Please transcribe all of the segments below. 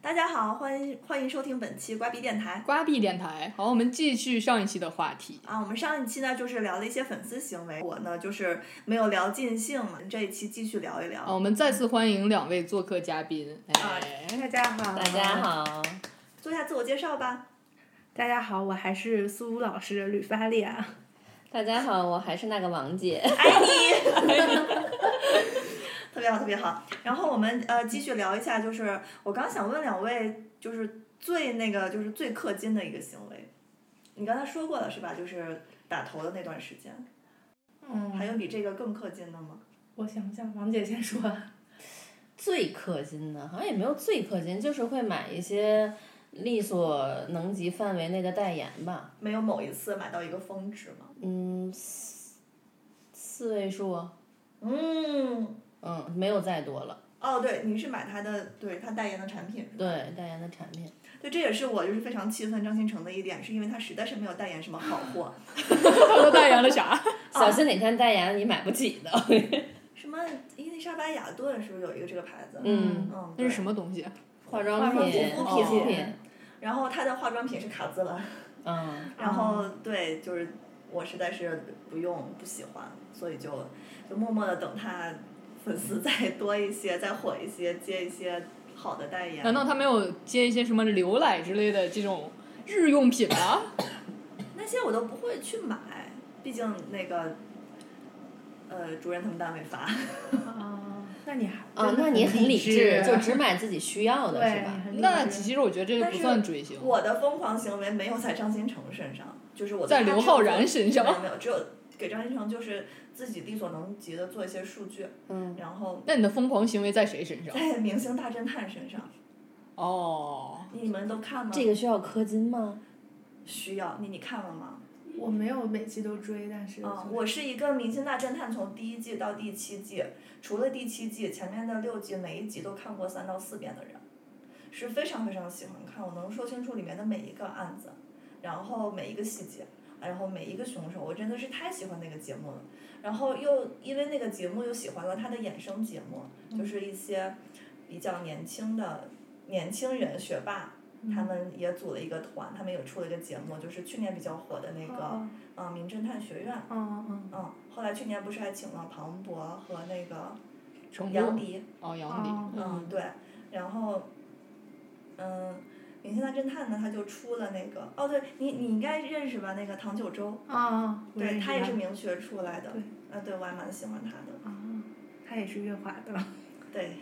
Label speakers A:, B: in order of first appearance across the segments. A: 大家好，欢迎欢迎收听本期瓜逼电台
B: 瓜币电台，好，我们继续上一期的话题。
A: 啊。我们上一期呢就是聊了一些粉丝行为，我呢就是没有聊尽兴，这一期继续聊一聊。
B: 啊，我们再次欢迎两位做客嘉宾。
A: 啊
B: 哎，
A: 大家好，
C: 大家，好，
A: 做一下自我介绍吧。
D: 大家好，我还是苏vũ老师吕发丽啊。
C: 大家好，我还是那个王姐。
A: 爱你，特别好，特别好。然后我们呃继续聊一下，就是我刚想问两位，就是最那个就是最氪金的一个行为，你刚才说过了是吧？就是打头的那段时间，还
D: 嗯，
A: 有比这个更氪金的吗？
D: 我想想，王姐先说。
C: 最氪金的，好像也没有最氪金，就是会买一些力所能及范围内的代言吧。
A: 没有某一次买到一个峰值吗？
C: 嗯，四四位数，啊
A: 嗯，
C: 嗯，没有再多了。
A: 哦，对，你是买他的，对他代言的产品是吧？
C: 对，代言的产品，
A: 对，这也是我就是非常气愤张新成的一点，是因为他实在是没有代言什么好货，
B: 他都代言了啥？
C: 小心哪天代言你买不起的。
A: 什么伊丽莎白雅顿是不是有一个这个牌子？
C: 嗯，
A: 嗯，
B: 那
A: 对
B: 是什么东西？啊哦
C: 化妆
D: 化妆
C: 品、
A: 护肤
C: 护肤
A: 品
C: 品，
A: 然后他的化妆品是卡姿兰，
C: 嗯，
A: 然后对，就是我实在是不用不喜欢，所以就就默默的等他粉丝再多一些，再火一些，接一些好的代言。
B: 难道他没有接一些什么牛奶之类的这种日用品吗？
A: 那些我都不会去买？毕竟那个呃，主任他们单位发，
D: 啊，那你还
C: 啊，那你很理智，就只买自己需要
D: 啊
C: 的
D: 对，
C: 是
D: 你
C: 吧？
D: 很理
B: 那
D: 智
B: 其实我觉得这就不算追星。
A: 我的疯狂行为没有在张新成身上，就是我对
B: 在
A: 他
B: 刘
A: 只有
B: 昊
A: 做
B: 然身上
A: 没有没有，只有给张新成就是自己力所能及的做一些数据，
C: 嗯，
A: 然后
B: 那你的疯狂行为在谁身上？
A: 在明星大侦探身上。
B: 哦，
A: 你们都看吗？
C: 这个需要氪金吗？
A: 需要你，你看了吗？
D: 我没有每期都追，但是
A: 啊、
D: 就是
A: 我是一个《明星大侦探》从第一季到第七季，除了第七季前面的六季，每一集都看过三到四遍的人，是非常非常喜欢看，我能说清楚里面的每一个案子，然后每一个细节，然后每一个凶手，我真的是太喜欢那个节目了。然后又因为那个节目又喜欢了他的衍生节目，就是一些比较年轻的年轻人学霸，
D: 嗯
A: 他们也组了一个团，他们也出了一个节目，就是去年比较火的那个《
D: 哦
A: 呃名侦探学院》。
D: 嗯嗯
A: 嗯，后来去年不是还请了庞博和那个
B: 成
A: 杨
B: 功
A: 迪，
B: 哦，杨迪，
D: 哦
A: 嗯，对，然后，嗯，《明星大侦探》呢，他就出了那个，哦，对你你应该认识吧？那个唐九洲，
D: 嗯啊，我
A: 对
D: 认识
A: 他也是
D: 啊
A: 明学出来的
D: 对，
A: 呃，对我还蛮喜欢他的，
D: 哦他也是月华的。
A: 对，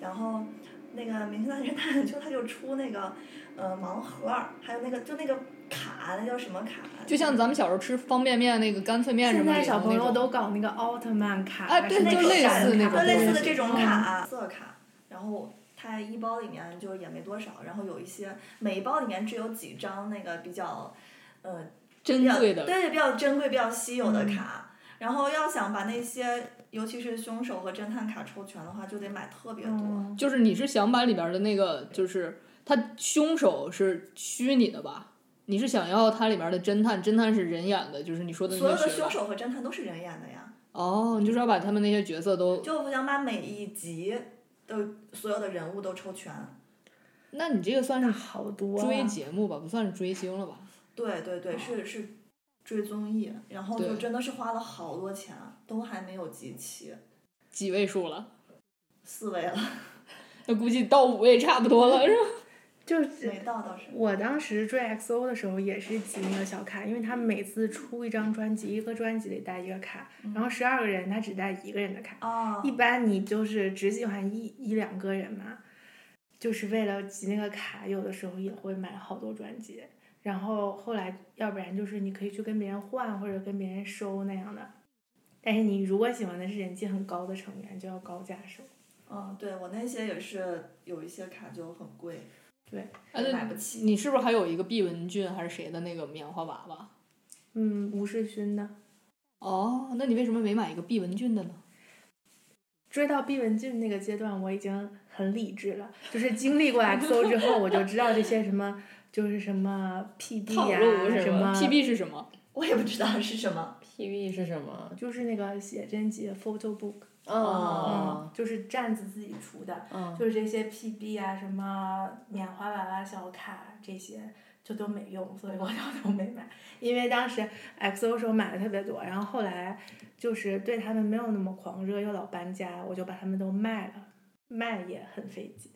A: 然后那个《明星大侦探》就他就出那个呃盲盒儿，还有那个就那个卡，那叫什么卡？
B: 就像咱们小时候吃方便面那个干脆面什
D: 现
B: 么的
D: 在
B: 那
D: 小朋友
B: 种。
D: 都搞那个奥特曼卡，
B: 哎对
D: 是那
B: 就
D: 种
B: 类
D: 闪
B: 似那
D: 卡
B: 种
A: 类似的
B: 东西
A: 这种
D: 嗯
A: 卡，色卡，然后它一包里面就也没多少，然后有一些每一包里面只有几张那个比较，呃，
B: 珍
A: 比较
B: 贵的，嗯
A: 对比较珍贵、比较稀有的卡。然后要想把那些，尤其是凶手和侦探卡抽全的话，就得买特别多。
D: 嗯
B: 就是你是想把里边的那个，就是他凶手是虚拟的吧？你是想要它里边的侦探，侦探是人演的，就是你说的那
A: 所有
B: 个
A: 的
B: 学
A: 凶
B: 霸
A: 手和侦探都是人演的呀，
B: 哦，你就是要把他们那些角色都，
A: 就我想把每一集的所有的人物都抽全。
B: 那你这个算
D: 那
B: 是
D: 好多啊
B: 追节目吧，不算是追星了吧？
A: 对对对，是是追综艺，然后就
B: 对
A: 真的是花了好多钱，都还没有集齐，
B: 几位数了？
A: 四位了。
B: 那估计到五位差不 多了，是吧？
D: 就是
A: 没到倒是。
D: 我当时追 XO 的时候也是集那个小卡，因为他们每次出一张专辑，一个专辑里带一个卡，然后十二个人他只带一个人的卡。
A: 啊
D: 一般你就是只喜欢一一两个人嘛，就是为了集那个卡，有的时候也会买好多专辑。然后后来，要不然就是你可以去跟别人换，或者跟别人收那样的。但是你如果喜欢的是人气很高的成员，就要高价收。
A: 嗯，对我那些也是有一些卡就很贵，
D: 对，
B: 啊对
A: 买不起。
B: 你是不是还有一个毕雯珺还是谁的那个棉花娃娃？
D: 嗯，吴世勋的
B: 哦，那你为什么没买一个毕雯珺的呢？
D: 追到毕雯珺那个阶段，我已经很理智了，就是经历过 XO 之后，我就知道这些什么，就是什么 PB
B: 套
D: 哎呀、
B: 路
D: 什
B: 么？PB 是什么？
A: 我也不知道是什么。
C: PB 是什么？
D: 就是那个写真集 photo book，
C: 哦
B: 哦
D: 嗯，，就是站子自己出的，
C: 嗯
D: 就是这些 PB 啊，什么棉花娃娃小卡这些就都没用，所以我就都没买。因为当时 XO 时候买的特别多，然后后来就是对他们没有那么狂热，又老搬家，我就把他们都卖了，卖也很费劲。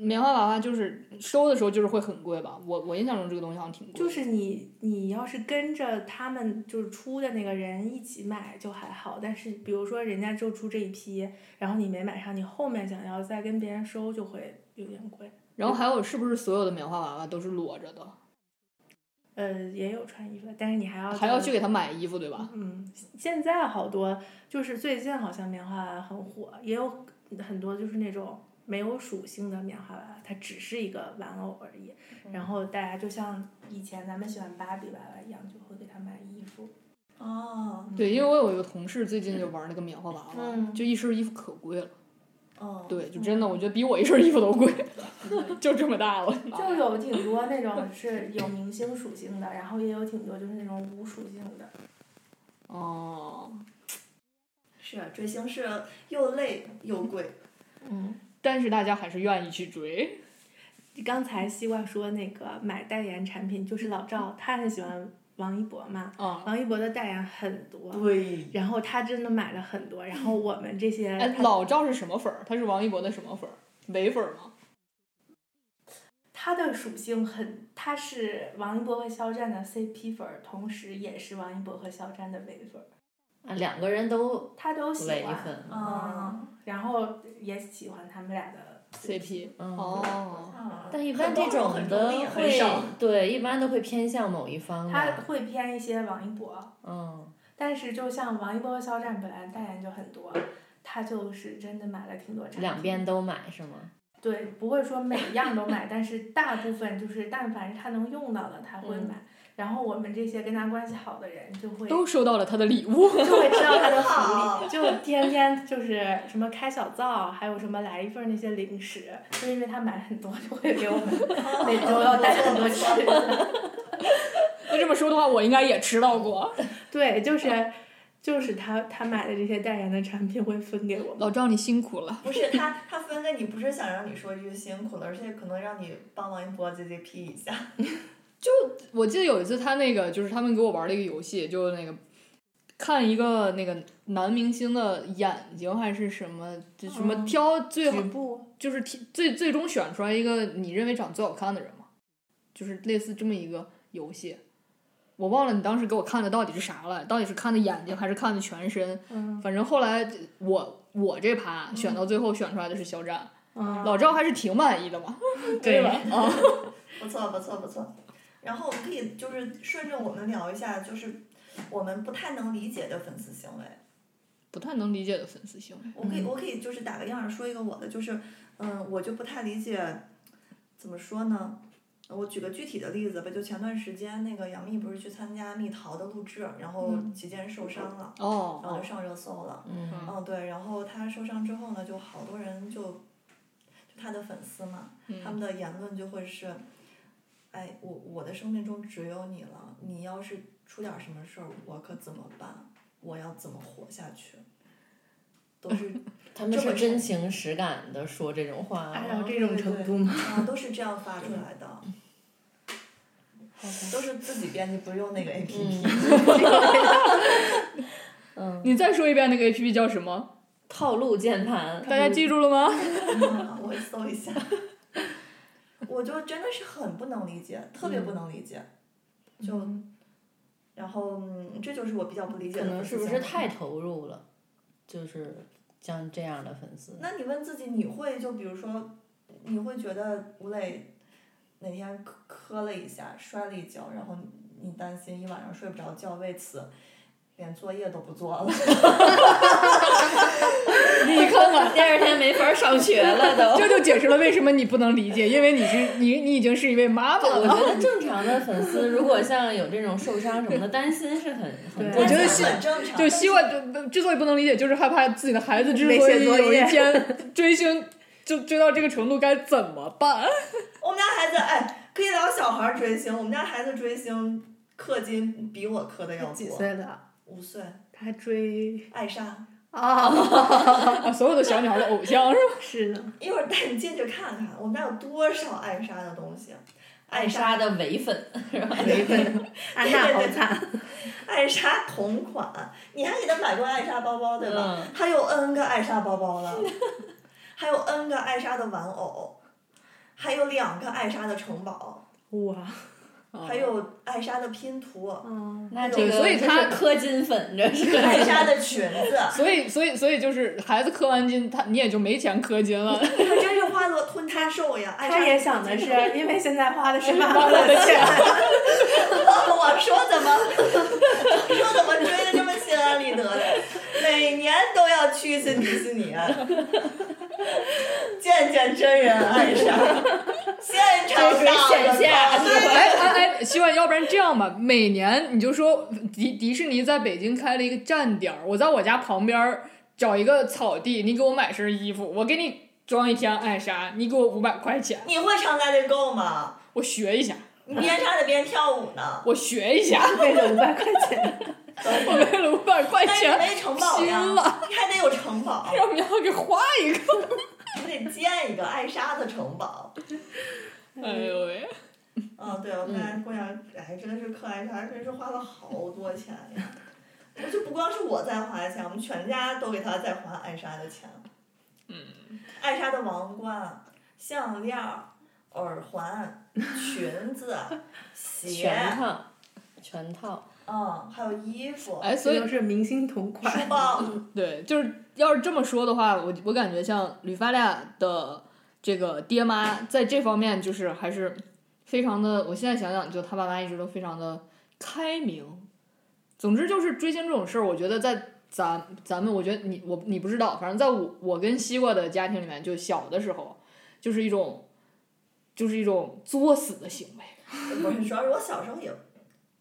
B: 棉花娃娃就是收的时候就是会很贵吧？我我印象中这个东西好像挺贵的。
D: 就是你你要是跟着他们就是出的那个人一起买就还好，但是比如说人家就出这一批，然后你没买上，你后面想要再跟别人收就会有点贵。
B: 然后还有是不是所有的棉花娃娃都是裸着的？
D: 呃，也有穿衣服的，但是你还要
B: 还要去给
D: 他。
B: 他买衣服对吧？
D: 嗯，现在好多就是最近好像棉花娃娃很火，也有很多就是那种没有属性的棉花娃娃，它只是一个玩偶而已。
B: 嗯
D: 然后大家就像以前咱们喜欢芭比娃娃一样，就会给它买衣服。
A: 哦，
B: 对，因为我有一个同事最近就玩那个棉花娃娃，
D: 嗯
B: 就一身衣服可贵了。
A: 哦，
B: 对，就真的，我觉得比我一身衣服都贵， 就这么大了。
D: 就有挺多那 种是有明星属性的，然后也有挺多就是那种无属性的。
B: 哦，
A: 是追星是又累又贵，
D: 嗯，
B: 但是大家还是愿意去追。
D: 刚才西瓜说那个买代言产品，就是老赵他很喜欢王一博嘛，
B: 啊、
D: 王一博的代言很多。
C: 对，
D: 然后他真的买了很多，然后我们这些
B: 哎，
D: 他
B: 老赵是什么粉儿？他是王一博的什么粉儿？伪粉儿吗？
D: 他的属性很，他是王一博和肖战的 CP 粉儿，同时也是王一博和肖战的伪粉儿，
C: 啊，两个人都
D: 他都喜
C: 伪
D: 欢，
C: 粉，
A: 啊
D: 嗯，然后也喜欢他们俩的
B: CP
C: 嗯，
B: 哦，
A: 啊，
C: 但一般这种
A: 很多
C: 的
A: 很容易很少
C: 会对，一般都会偏向某一方
D: 他
C: 吧，
D: 会偏一些王一博，
C: 嗯，
D: 但是就像王一博和肖战本来代言就很多，他就是真的买了挺多产品，
C: 两边都买是吗？
D: 对，不会说每一样都买，但是大部分就是但凡是他能用到的他会
C: 嗯
D: 买，然后我们这些跟他关系好的人就会
B: 都收到了他的礼物。
D: 就会知道他的福
A: 好
D: 利，就天天就是什么开小灶，还有什么来一份那些零食，就因为他买很多，就会给我们每周要带很多吃的。
B: 那这么说的话，我应该也吃到过。
D: 对，就是就是他他买的这些代言的产品会分给我们。
B: 老赵，你辛苦了。
A: 不是他他分给你，不是想让你说一句辛苦了，而且可能让你帮王一博 JJP 一下。
B: 我记得有一次他那个就是他们给我玩了一个游戏，就那个看一个那个男明星的眼睛还是什么，就什么
D: 嗯
B: 挑最好
D: 局部，
B: 就是提最最终选出来一个你认为长得最好看的人嘛，就是类似这么一个游戏。我忘了你当时给我看的到底是啥了，到底是看的眼睛还是看的全身？
D: 嗯
B: 反正后来我我这盘选到最后选出来的是肖战，
D: 嗯，
B: 老赵还是挺满意的嘛，
D: 对
B: 吧？啊，
A: 不错，不错，不错。然后我们可以就是顺着我们聊一下，就是我们不太能理解的粉丝行为。
B: 不太能理解的粉丝行为。
A: 我可以，我可以就是打个样儿说一个我的，就是，嗯，我就不太理解，怎么说呢？我举个具体的例子吧，就前段时间那个杨幂不是去参加蜜桃的录制，然后期间受伤了，
B: 哦，
A: 然后就上热搜了。
C: 嗯
A: 嗯，对，然后她受伤之后呢，就好多人就，就她的粉丝嘛，他们的言论就会是，哎，我我的生命中只有你了，你要是出点儿什么事儿，我可怎么办？我要怎么活下去？都是
C: 他们
A: 这
C: 是
A: 么哎
C: 真
A: 沉
C: 情实感的说这种话
D: 按
C: 吗
D: 照？哎这种程度吗？
A: 啊，都是这样发出来的，都是自己编辑，不用那个 A P P。
C: 嗯
B: 你再说一遍那个 A P P 叫什么？
C: 套路键盘，
B: 大家记住了吗？
A: 嗯我会搜一 下。我就真的是很不能理解，特
C: 嗯
A: 别不能理解。就，然后、嗯、这就是我比较不嗯理解
C: 可
A: 的。
C: 能是不是太？投入了？就是像这样的粉 丝，
A: 嗯那你问自己，你会就比如说，你会觉得吴磊哪天磕磕了一下，摔了一跤，然后你担心一晚上睡不着觉，为此连作业都不做了。
C: 你看看，第二天没法上学 了 都。
B: 这就解释了为什么你不能理解，因为你是你你已经是一位妈妈
C: 我
B: 了。
C: 觉 得正常的粉丝，如果像有这种受伤什么的，担心是很很
B: 我
D: 对
C: 正
B: 觉得
C: 常
B: 是
C: 的
A: 很正常。
B: 就希望之之所以不能理解，就是害怕自己的孩子之
D: 没
B: 所以
D: 写作
B: 有
D: 业
B: 一 天追星就追到这个程度该怎么办？
A: 我们家孩子，哎，可以聊小孩儿追星。我们家孩子追星，氪金比我氪的要多。
D: 几岁了？
A: 五岁，
D: 他追
A: 艾莎。
B: 啊，把所有的小鸟的偶像是吧？
D: 是的，
A: 一会儿带你进去看看，我们那儿有多少暗杀的东西，啊
C: 艾
A: 暗
C: 莎的伪粉是吧？
D: 唯粉，安娜啊好惨，
A: 艾莎同款，你还给他买过艾莎包包对吧？
C: 嗯
A: 他有 N 个艾莎包包了，还有 N 个艾莎的玩偶，还有两个艾莎的城堡，
D: 哇，哦
A: 还有艾莎的拼图，
D: 嗯，
C: 那这
A: 对
C: 个
B: 所以
C: 这是
B: 她
C: 氪金粉，这 是。
A: 艾莎的裙子，
B: 所以，所以，所以就是孩子氪完金，他你也就没钱氪金了。
A: 他真是花落吞他寿呀！艾莎
D: 他也想的是，因为现在花的是妈
B: 妈
D: 妈
B: 妈的
D: 的 钱，
A: 我说怎么， 我说怎么追的这么心安理得的？每年都要去一次迪士尼，见见啊真人爱上，现场
C: 这是
A: 到
C: 线
B: 哎
C: 下
B: 哎哎，希望要不然这样吧，每年你就说迪迪士尼在北京开了一个站点儿，我在我家旁边儿找一个草地，你给我买身衣服，我给你装一天艾莎，你给我五百块钱，
A: 你会唱《Let It Go》吗？
B: 我学一下，
A: 你边唱着边跳舞呢，
B: 我学一下，
D: 为了五百块钱，
B: 我为了五百块
A: 但是你
B: 钱
A: 没城堡呀
B: 拼哎了，
A: 你还得有城堡，
B: 让苗给画一个。
A: 你得建一个艾莎的城堡。
B: 哎呦喂，
A: 嗯，对，我们家姑娘，哎，真的是克艾莎，真是花了好多钱呀！我就不光是我在花钱，我们全家都给她在花艾莎的钱。嗯。艾莎的王冠、项链儿、耳环、裙子、鞋，
C: 全套，全套。
A: 嗯，还有衣服、
B: 哎，所
D: 这
B: 以
D: 都是明星同款，
A: 书包。
B: 对，就是要是这么说的话，我我感觉像吕发俩的这个爹妈在这方面就是还是非常的，我现在想想，就他爸妈一直都非常的开明。总之就是追星这种事儿，我觉得在咱咱们，我觉得你我你不知道，反正在我我跟西瓜的家庭里面，就小的时候就是一种就是一种作死的行为。
D: 嗯
A: 我是主要是我小时候也，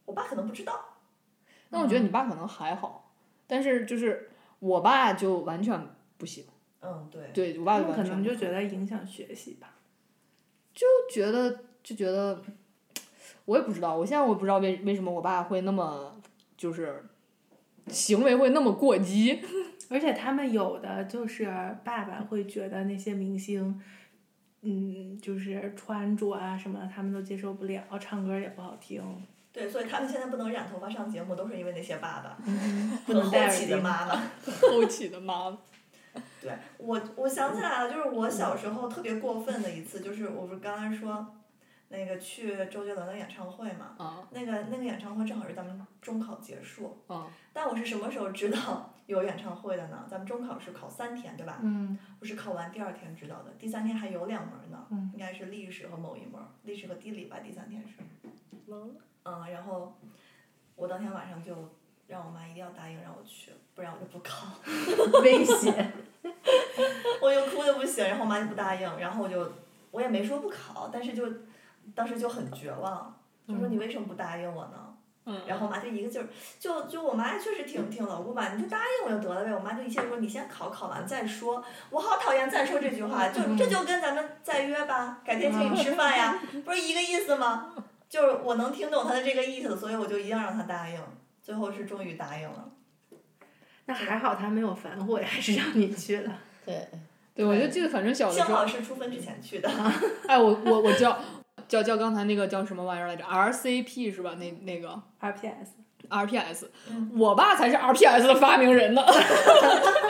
A: 我爸可能不知道。
B: 那我觉得你爸可能还好，但是就是我爸就完全不行，
A: 嗯，对。
B: 对我爸
D: 他
B: 就
D: 们
B: 完
D: 可
B: 全
D: 能
B: 不
D: 就
B: 行
D: 觉得影响学习吧。
B: 就觉得就觉得，我也不知道，我现在我不知道为为什么我爸会那么就是行为会那么过激，
D: 而且他们有的就是爸爸会觉得那些明星，嗯，就是穿着啊什么的，他们都接受不了，唱歌也不好听，
A: 对，所以他们现在不能染头发上节目，都是因为那些爸爸
D: 不
A: 和
D: 能
A: 后
D: 戴耳
A: 期的
D: 钉。
A: 妈妈。
B: 后起的妈妈。
A: 对我，我想起来了，就是我小
D: 嗯
A: 时候特别过分的一次，就是我不是刚才说，那个去周杰伦的演唱会嘛，
B: 啊
A: 那个那个演唱会正好是咱们中考结束，
B: 啊
A: 但我是什么时候知道 有演唱会的呢？咱们中考是考三天，对吧？
D: 嗯
A: 我是考完第二天知道的，第三天还有两门呢，
D: 嗯
A: 应该是历史和某一门，历史和地理吧，第三天是。嗯，然后我当天晚上就让我妈一定要答应让我去，不然我就不考。
D: 威胁。
A: 我就哭的不行，然后我妈就不答应，然后我就我也没说不考，但是就当时就很绝望，就说你为什么不答应我呢？
B: 嗯
A: 然后我妈就一个劲儿，就就我妈确实挺挺牢固吧，你就答应我就得了呗。我妈就一切说你先考，考完再说。我好讨厌再说这句话，就这就跟咱们再约吧，改天请你吃饭呀，不是一个意思吗？就是我能听懂她的这个意思，所以我就一定要让她答应。最后是终于答应了，
D: 那还好他没有反悔，还是让你去 了。
C: 对，
B: 对，我就记得，反正小的时
A: 幸
B: 候
A: 好，是初分之前去的。
B: 哎，我我我叫叫叫刚才那个叫什么玩意儿来着？RCP 是吧？那那个
D: RPS，
B: RPS，、
A: 嗯
B: 我爸才是 RPS 的发明人呢。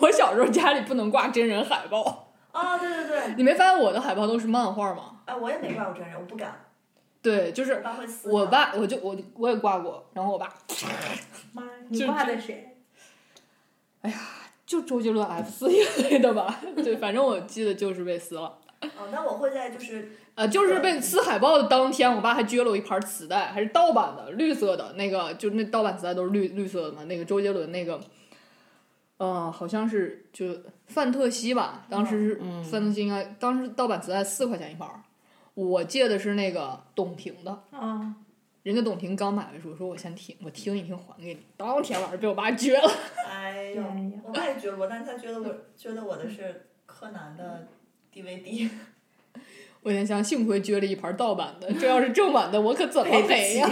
B: 我小时候家里不能挂真人海报，
A: 哦，对对对，
B: 你没发现我的海报都是漫画吗？
A: 哎，我也没挂过真人，我不敢。
B: 对，就是
A: 爸会撕
B: 我
A: 的
B: 爸，我就我我也挂过，然后我爸
D: 妈，你
B: 就
D: 画的谁？
B: 就周杰伦 F 四一类的吧，对，反正我记得就是被撕了，
A: 哦，那我会在就是
B: 呃，就是被撕海报的当天，我爸还撅了我一盘磁带，还是盗版的，绿色的那个，就那盗版磁带都是绿绿色的嘛，那个周杰伦那个，呃，好像是就范特西吧，当时是、
C: 嗯
B: 范特西应该当时盗版磁带四块钱一盘儿，我借的是那个董婷的，
D: 啊，
B: 人家董婷刚买的时候说我先听，我听一听还给你，当天晚上被我爸撅了。
A: 哎
D: 哎
A: 呦，
D: 呀，
A: 我爸也觉得过，但是他觉得我觉得我的是柯南的 DVD，
B: 我有点想，幸亏撅了一盘盗版的，这要是正版的，我可怎么赔呀？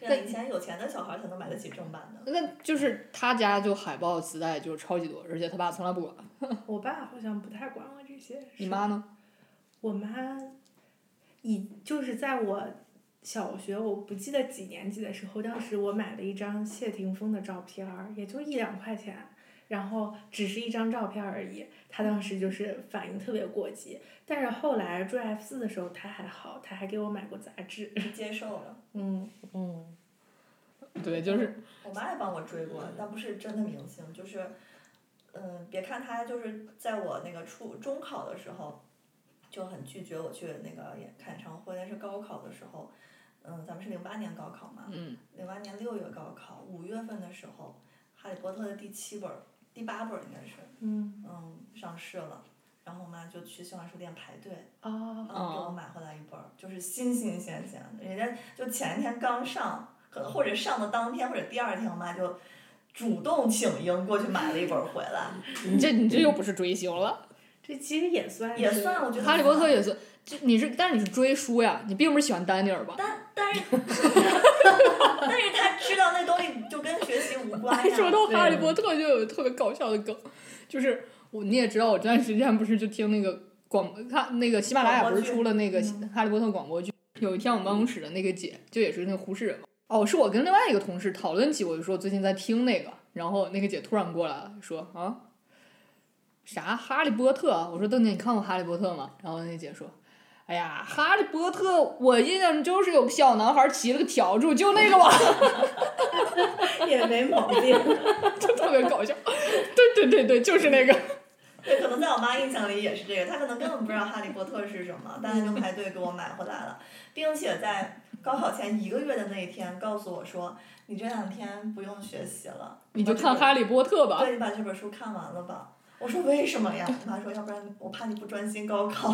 A: 这啊样以前有钱的小孩才能买得起正版的。
B: 那就是他家就海报磁带就超级多，而且他爸从来不管。
D: 我爸好像不太管我这些。
B: 你妈？呢？
D: 我妈，以就是在我小学，我不记得几年级的时候，当时我买了一张谢霆锋的照片儿，也就一两块钱，然后只是一张照片而已。他当时就是反应特别过激，但是后来住 F 四的时候，他还好，他还给我买过杂志。
A: 接受了，
D: 嗯，
C: 嗯，
B: 对，就是
A: 我妈也帮我追过，但不是真的明星，就是，嗯、别看她就是在我那个初中考的时候，就很拒绝我去那个演看演唱会，但是高考的时候，嗯，咱们是零八年高考嘛，
B: 嗯，
A: 零八年六月高考，五月份的时候，《哈利波特》的第七本儿，第八本儿应该是，
D: 嗯，
A: 嗯，上市了。然后我妈就去新华书店排队，
D: 哦，
A: 嗯，给我买回来一本儿，就是新新鲜鲜的，人家就前一天刚上，可能或者上的当天或者第二天，我妈就主动请缨过去买了一本儿回来，
B: 你这你这又不是追星了，
D: 这其实也算
A: 也
D: 是
A: 算我觉得。
B: 《哈利波特》也是，就你是，但是你是追书呀，你并不是喜欢丹尼尔吧？
A: 但但是，但是他知道那东西就跟学习无关呀。啊
B: 说到《哈利波特》就有特别搞笑的梗，就是我你也知道，我这段时间不是就听那个广看那个喜马拉雅不是出了那个
A: 嗯
B: 《哈利波特》广播剧？有一天我们办公室的那个姐就也是那个胡适人嘛，哦，是我跟另外一个同事讨论起，我就说最近在听那个，然后那个姐突然过来了，说啊啥《哈利波特》？啊我说邓姐，你看过《哈利波特》吗？然后那姐说。哎呀，《哈利波特》，我印象中是有个小男孩骑了个笤帚，就那个吧。
A: 也没毛病，
B: 就 特别搞笑。对对对对，就是那个。
A: 对，可能在我妈印象里也是这个，她可能根本不知道《哈利波特》是什么，但她就排队给我买回来了，并且在高考前一个月的那一天告诉我说：“你这两天不用学习了，
B: 你就
A: 把这
B: 看《
A: 本
B: 哈利波特》吧。
A: 对，你把这本书看完了吧。”我说：“为什么呀？”我妈说：“要不然我怕你不专心高考。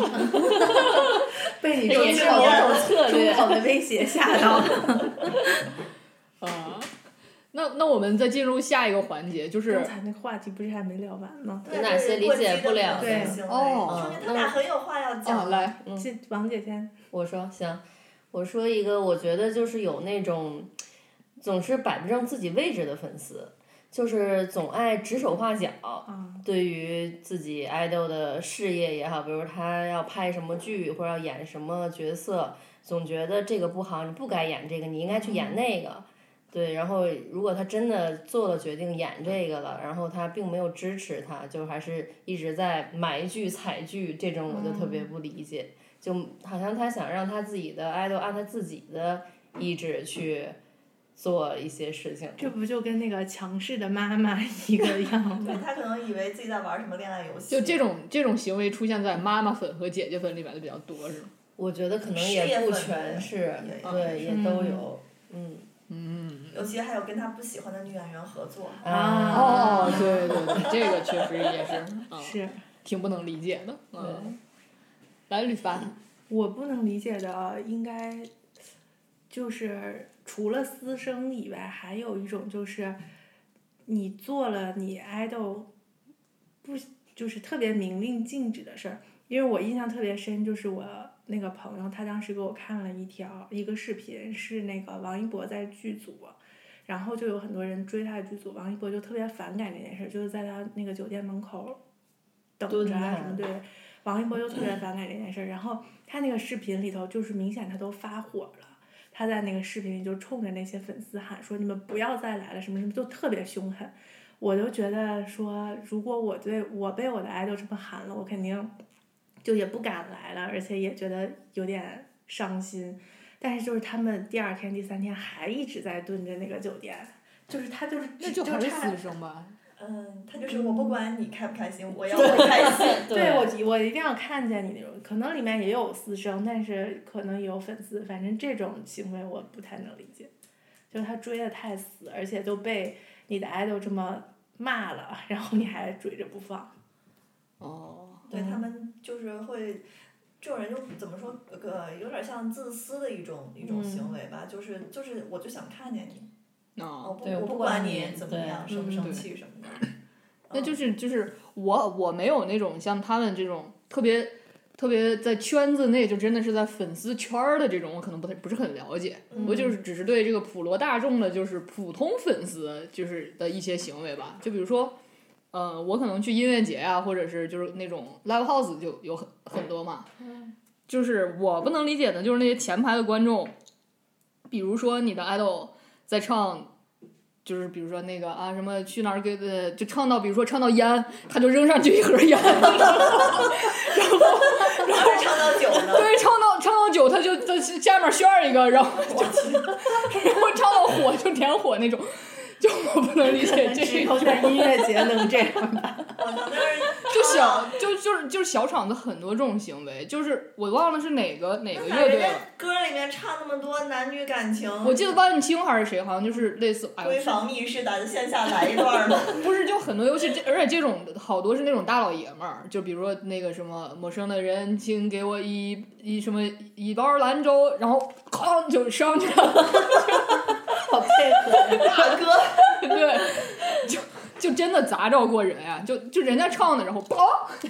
D: 被你
A: 有
D: 说
A: 这
D: 是
A: 种
D: 某种
C: 策略
D: 中考的威胁吓到。
B: 啊，那那我们再进入下一个环节，就是 啊
D: 刚才那个话题不是还没聊完吗”？
A: 对
C: 有哪些理解不了的
A: 对这是过激的表现行为说
B: 哦
A: 明他俩很有话要
B: 啊，
A: 讲。
B: 来，
D: 这王姐先，
C: 我说行，我说一个，我觉得就是有那种总是摆不正自己位置的粉丝，就是总爱指手画脚。
D: 啊，
C: 对于自己爱豆的事业也好，比如他要拍什么剧或者要演什么角色，总觉得这个不好，你不该演这个，你应该
A: 嗯
C: 去演那个。对，然后如果他真的做了决定演这个了，然后他并没有支持他，就还是一直在埋剧踩剧，这种我就特
A: 嗯
C: 别不理解。就好像他想让他自己的爱豆按他自己的意志去做一些事情。
D: 这不就跟那个强势的妈妈一个样
B: 哦
A: 对
D: 吗？
A: 他可能以为自己在玩什么恋爱游戏，
B: 就这种这种行为出现在妈妈粉和姐姐粉里面的比较多，是吗？
C: 我觉得可能
A: 事业
C: 也不
A: 粉
C: 全是
A: 也，
C: 对，也都有，嗯
A: 尤其还有跟他不喜欢的女演员合作。
D: 啊
B: 哦，对对对，这个确实也 是，啊，
D: 是
B: 挺不能理解的。嗯，来，吕凡，
D: 我不能理解的，应该就是除了私生以外，还有一种就是你做了你爱豆不就是特别明令禁止的事儿。因为我印象特别深，就是我那个朋友，他当时给我看了一条一个视频，是那个王一博在剧组，然后就有很多人追他的剧组，王一博就特别反感这件事，就是在他那个酒店门口等
C: 蹲
D: 着啊
C: 着
D: 什么对，王一博就特别反感这件事，然后他那个视频里头就是明显他都发火了。他在那个视频里就冲着那些粉丝喊说：“你们不要再来了，什么什么，就特别凶狠。”我就觉得说，如果我对我被我的爱豆这么喊了，我肯定就也不敢来了，而且也觉得有点伤心。但是就是他们第二天、第三天还一直在蹲着那个酒店，就是他就是
B: 那
D: 就
B: 就还是
D: 差
B: 私生吧？
A: 嗯，他就是我不管你开不开心，我要我开心。
D: 对我，我一定要看见你那种，可能里面也有私生，但是可能也有粉丝，反正这种行为我不太能理解，就是他追的太死，而且都被你的 idol 这么骂了，然后你还追着 不放，
B: 哦，
A: 对他们就是会，这种人就怎么说，呃，有点像自私的一种一种行为吧，就是就是我就想看见你，我
B: 哦，
A: 不
C: 对
A: 我
C: 我
A: 不
C: 不
A: 管
C: 管
A: 你
C: 你
A: 怎么
C: 对
A: 样，生不
D: 嗯
A: 生
B: 对
A: 气什么的。
B: 那就是是就是我我没有那种像他们这种特别特别在圈子内，就真的是在粉丝圈儿的这种，我可能不太不是很了解。
A: 嗯
B: 我就是只是对这个普罗大众的，就是普通粉丝，就是的一些行为吧。就比如说，呃，我可能去音乐节啊，或者是就是那种 live house 就有很很多嘛。就是我不能理解的，就是那些前排的观众，比如说你的 idol 在唱。就是比如说那个啊什么去哪儿给呃就唱到比如说唱到烟，他就扔上去一盒烟，
A: 还唱到酒呢。
B: 对，唱到唱到酒，他就在下面炫一个，然后就 然后唱到火就点火那种，就我不能理 解
D: 只
B: 这
D: 有
B: 个，
D: 在音乐节能这样吧。
A: 我从那儿
B: 就小就就是就是小厂子很多这种行为，就是我忘了是哪个哪个乐队
A: 人
B: 了
A: 家，歌里面唱那么多男女感情，
B: 我记得万青还是谁，好像就是类似哎
A: 闺
B: 呦，
A: 房密室，咱线下来一段儿吧。
B: 不是就很多，尤其这而且这种好多是那种大老爷们儿，就比如说那个什么陌生的人，请给我一一什么一包兰州，然后哐就上去了。
D: 好佩服，
A: 大哥，
B: 对，就 就真的砸着过人呀、就就人家唱的，然后砰，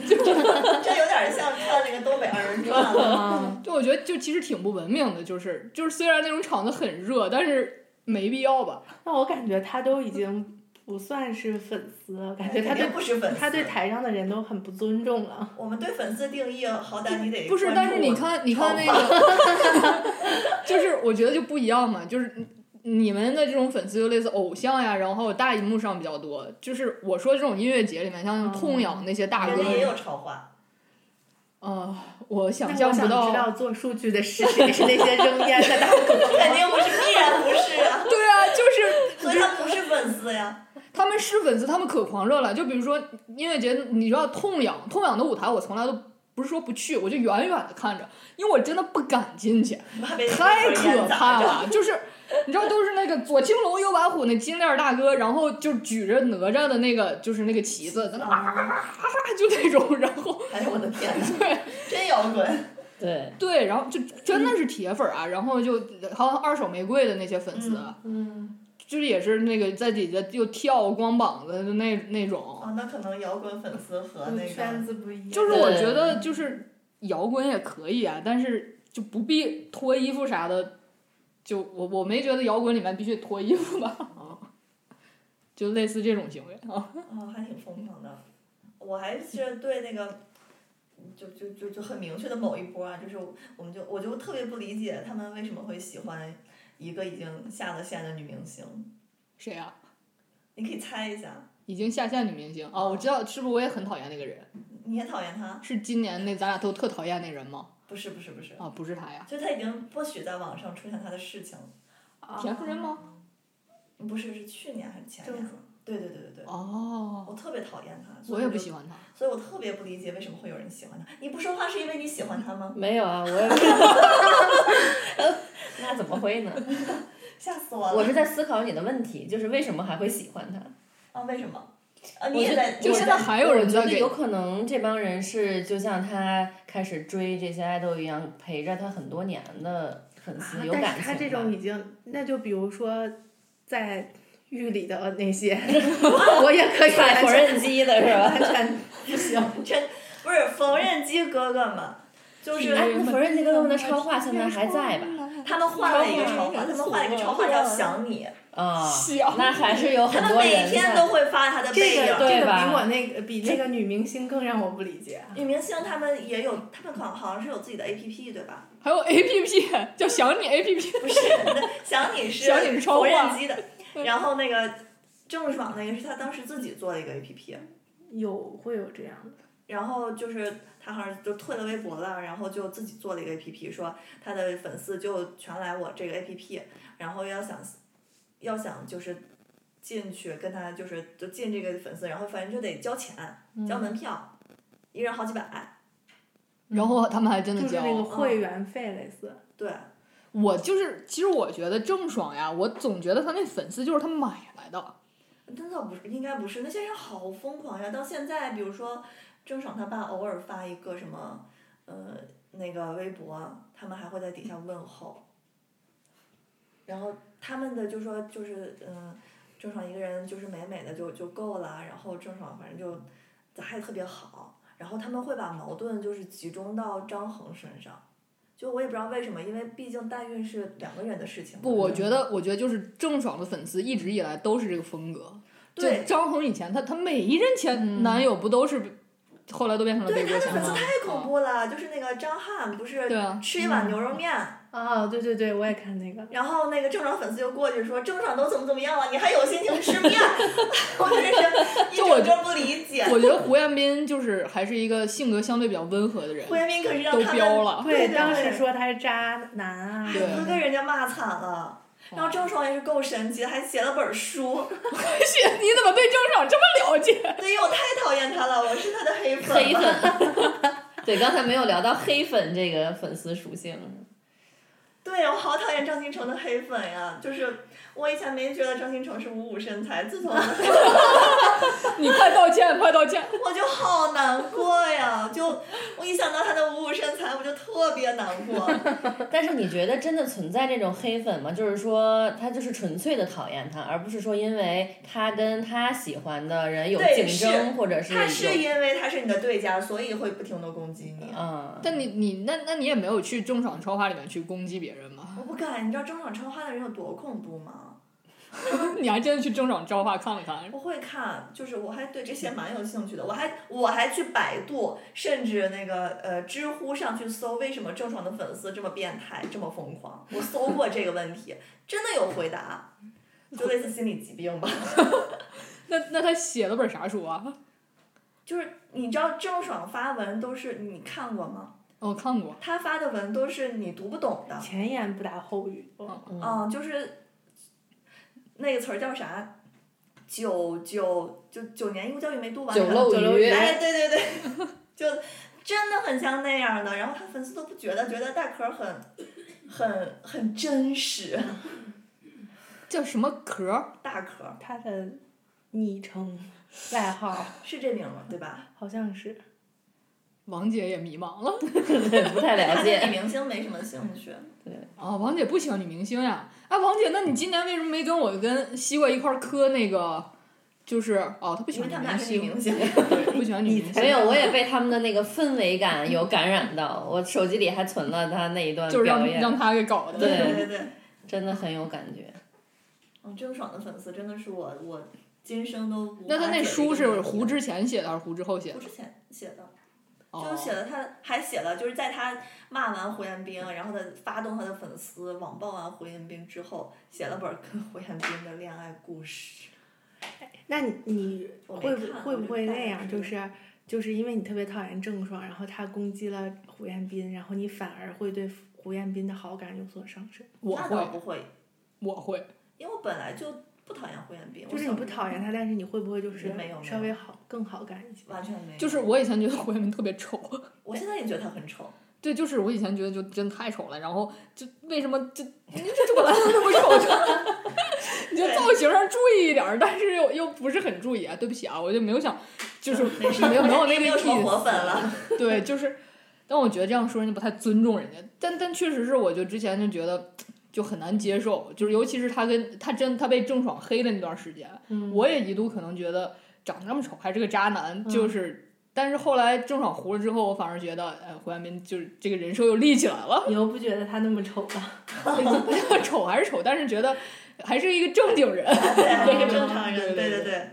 A: 这有点像看那个东北二人 转了。
D: 啊，
B: 就我觉得就其实挺不文明的，就是就是虽然那种场子很热，但是没必要吧？
D: 那我感觉他都已经不算是粉丝了，感觉他
A: 肯
D: 对
A: 定不是粉丝，
D: 他对台上的人都很不尊重了。
A: 我们对粉丝的定义，好歹你得
B: 不是，
A: 关
B: 但是
A: 注
B: 你
A: 我
B: 看你看那个， 就是我觉得就不一样嘛，就是。你们的这种粉丝就类似偶像呀，然后大荧幕上比较多。就是我说这种音乐节里面，像痛
D: 嗯
B: 痒那些大哥
A: 人家，也有超话，
B: 啊，我
D: 那
B: 想
D: 我
B: 象
D: 想
B: 不
D: 知
B: 到，
D: 道做数据的是谁，是那些扔烟的大哥。
A: 肯定不是，必然不是啊，
B: 对啊，就是
A: 所以他不是粉丝呀。
B: 他们是粉丝，他们可狂热了。就比如说音乐节，你知道痛痒痛痒的舞台，我从来都不是说不去，我就远远的看着，因为我真的不敢进去，
A: 怕被
B: 太
A: 被人
B: 可
A: 砸
B: 怕
A: 着。
B: 了。就是你知道，都是那个左青龙右白虎那金链大哥，然后就举着哪吒的那个就是那个 旗子，在那啊 就那种，然后
A: 哎呦我的天哪，
B: 对
A: 真摇滚！
C: 对，
B: 对，然后就真的是铁粉啊，然后就还有二手玫瑰的那些粉丝。啊
A: 嗯
D: 嗯，
B: 就是也是那个在底下又跳光膀子的那那种，
A: 哦，那可能摇滚粉丝和那
D: 嗯圈
A: 个
D: 子不一样。
B: 就是我
C: 对
B: 觉得就是摇滚也可以啊，但是就不必脱衣服啥的。就我我没觉得摇滚里面必须脱衣服吧，
C: 哦
B: 就类似这种行为啊。
A: 哦，还挺疯狂的。我还是对那个，就就就就很明确的某一波啊，就是我们就我就特别不理解他们为什么会喜欢一个已经下了线的女明星。
B: 谁啊？
A: 你可以猜一下，
B: 已经下线女明星啊、我知道，是不是我也很讨厌那个人？
A: 你也讨厌她？
B: 是今年那咱俩都特讨厌那人吗？
A: 不是不是不是，
B: 啊，不是他呀，
A: 就她已经不许在网上出现她的事情了。
C: 啊
B: 田馥甄
D: 啊
B: 吗？
A: 不是，是去年还是前年
D: 就
A: 了？对对对对对，
B: 哦，
A: 我特别讨厌她。所
B: 我
A: 以
B: 也
A: 我
B: 不
A: 就
B: 喜欢他。
A: 所以我特别不理解为什么会有人喜欢他。你不说话是因为你喜欢他吗？
C: 没有啊，我也那怎么会呢？
A: 吓死我了！
C: 我是在思考你的问题，就是为什么还会喜欢他？
A: 啊，为什么？啊，你
C: 我
A: 也
C: 觉
A: 在，
C: 得
B: 就
A: 我
B: 现
A: 在
B: 在还有人
C: 我
B: 在
C: 觉得
B: 给
C: 有可能这帮人是就像他开始追这些爱豆一样，陪着他很多年的粉丝
D: 啊
C: 有
D: 但
C: 感
D: 是
C: 情。
D: 他这种已经，那就比如说在狱里的那些，我也可以
C: 踩
D: 完
C: 缝
D: 全
C: 纫机的是 吧？
D: 完全不行。
A: 真不是缝纫机哥哥们，就是
C: 哎，那缝纫机哥哥们的超话现在还在吧？
A: 他们换了一个超话，
B: 哎
A: 他们换了一个超话叫“想你
C: 啊、
B: 小
C: 那还是有”，很
A: 他们
C: 多
A: 每
C: 人
A: 天
C: 在
A: 都会发他的背
D: 这
A: 影。
D: 个
C: 对
D: 这个
C: 吧
D: 比我那个比那个女明星更让我不理解啊。
A: 女明星他们也有，他们好好像是有自己的 A P P 对 吧？
B: 还有 A P P 叫想你 A P
C: 嗯
B: P，
A: 不是，那想你是
B: 想你是超
A: 缝
B: 话
A: 纫机的，然后那个郑爽那个是他当时自己做了一个 A P P。
D: 有会有这样的，
A: 然后就是他好像就退了微博了，然后就自己做了一个 APP，说他的粉丝就全来我这个 APP，然后要想要想就是进去跟他就是就进这个粉丝，然后反正就得交钱，交门票，一人好几百，
B: 然后他们还真的
D: 嗯就是
B: 交。
D: 那个会员费类似。
A: 对，
B: 我就是，其实我觉得郑爽呀，我总觉得她那粉丝就是她买来的。
A: 那倒不是，应该不是，那些人好疯狂呀！到现在，比如说郑爽她爸偶尔发一个什么，呃，那个微博，他们还会在底下问候。然后他们的就说就是嗯、呃郑爽一个人就是美美的就就够了，然后郑爽反正就还特别好，然后他们会把矛盾就是集中到张恒身上，就我也不知道为什么，因为毕竟代孕是两个人的事情嘛。
B: 不，我觉
A: 嗯
B: 得，我觉得就是郑爽的粉丝一直以来都是这个风格。
A: 对
B: 就张恒以前她她每一任前男友不都是，后来都变成了
A: 对
B: 背
A: 他
B: 锅
A: 的
B: 前
A: 粉丝
B: 男
A: 太恐
B: 友。
A: 怖了，就是那个张翰不是
B: 对啊
A: 吃一碗牛肉面，
D: 哦，对对对，我也看那个。
A: 然后那个郑爽粉丝就过去说郑爽都怎么怎么样了，你还有心情吃面？ 我真是一
B: 就我
A: 整个不理解。
B: 我觉得胡彦斌就是还是一个性格相对比较温和的人
A: 胡，彦斌可是让
B: 都
A: 他
B: 飙
A: 们
B: 了
A: 对对
D: 哦当时
A: 对
D: 说他是渣男啊，
B: 对
A: 他被人家骂惨了。然后郑爽也是够神奇，还写了本书。
B: 是你怎么对郑爽这么了解？
A: 对，因为我太讨厌他了，我是他的黑粉。
C: 黑粉。 对，刚才没有聊到黑粉这个粉丝属性。
A: 对，我好讨厌张新成的黑粉呀！就是我以前没觉得张新成是五五身材，自从
B: 你快道歉，快道歉！
A: 我就好难过呀！ 就我一想到他的五五身材，我就特别难过。
C: 但是你觉得真的存在这种黑粉吗？就是说他就是纯粹的讨厌他，而不是说因为他跟他喜欢的人有
A: 对
C: 竞
A: 是
C: 争，或 者是
A: 他是
C: 有
A: 因为他是你的对家，所以会不停的攻击你。
C: 嗯，
B: 但你你那那你也没有去郑爽超话里面去攻击别人吗？
A: 我不敢，你知道争场超话的人有多恐怖吗？
B: 你还真的去郑爽超话看了看？
A: 我会看，就是我还对这些蛮有兴趣的，我还我还去百度，甚至那个呃知乎上去搜为什么郑爽的粉丝这么变态，这么疯狂。我搜过这个问题， 真的有回答，就类似心理疾病吧。
B: 那那他写了本啥书啊？
A: 就是你知道郑爽发文都是你看过吗？
B: 我哦看过，
A: 她发的文都是你读不懂的，
D: 前言不搭后语。
B: 哦
A: 嗯，就是那个词儿叫啥？九九就九年义务教育没读完，
C: 酒漏
D: 酒漏
C: 鱼
D: 鱼
A: 哎，对对对， 就真的很像那样的。然后他粉丝都不觉得，觉得大壳很很很真实，
B: 叫什么壳儿？
A: 大壳
D: 他的昵称、外号
A: 是这名吗？对吧？
D: 好像是
B: 王姐也迷茫了
C: 对，不太了
A: 他对
C: 解。
A: 女明星没什么兴趣。
B: 啊！王姐不喜欢女明星呀？哎，王姐，那你今年为什么没跟我跟西瓜一块儿磕那个？就是哦，她不喜
A: 因为
B: 欢
A: 他们俩是
B: 女
A: 女
B: 明
A: 明
B: 星
A: 星，
B: 对不喜欢女明星，啊
C: 没有，我也被他们的那个氛围感有感染到。我手机里还存了他那一段
B: 就是
C: 表
B: 让
C: 演，
B: 让她给搞的。
A: 对对
C: 对
A: 对，
C: 真的很有感觉。
A: 嗯，郑爽的粉丝真的是我我今生都无
B: 那
A: 法
B: 她那
A: 解
B: 书
A: 决的
B: 是
A: 一个
B: 胡之前写的还是胡之后写
A: 胡
B: 的？
A: 之前写的。
B: 哦
A: 就，写了他，还写了，就是在他骂完胡彦斌，然后他发动他的粉丝网暴完胡彦斌之后，写了本儿跟胡彦斌的恋爱故事。
D: 那你你
A: 我没
D: 会不
A: 看
D: 会
A: 我
D: 不
A: 就
D: 会
A: 大
D: 那
A: 概
D: 样？
A: 知
D: 就
A: 道
D: 是就是因为你特别讨厌郑爽，然后他攻击了胡彦斌，然后你反而会对胡彦斌的好感有所上升。
B: 我
A: 那倒
B: 会，
A: 不会，
B: 我会，
A: 因为我本来就不讨厌胡彦斌，我
D: 就是你
A: 小
D: 不
A: 时候
D: 讨厌他，但是你会不会就是
A: 没有没
D: 稍
A: 有
D: 微好更好感一些？
A: 完全没有。
B: 就是我以前觉得胡彦斌特别丑，
A: 我现在也觉得他很丑，
B: 对，就是我以前觉得就真太丑了，然后就为什么就你这本来就 那么丑， 你就造型上注意一点儿，但是又又不是很注意啊，对不起啊，我就没有想，就是没有没有
A: 没
B: 那个
A: 有什么
B: 意
A: 活粉了。
B: 思，对，就是，但我觉得这样说人家不太尊重人家，但但确实是，我就之前就觉得就很难接受，就是尤其是他跟他真他被郑爽黑的那段时间，
D: 嗯
B: 我也一度可能觉得长这么丑还是个渣男，就是。但是后来郑爽糊了之后，我反而觉得，哎，胡彦斌就是这个人设又立起来 了。
D: 你又不觉得他那么丑了？
B: 丑还是丑，但是觉得还是一个正经人。
A: 对，一个正常人，
B: 对
A: 对
B: 对
A: 对对。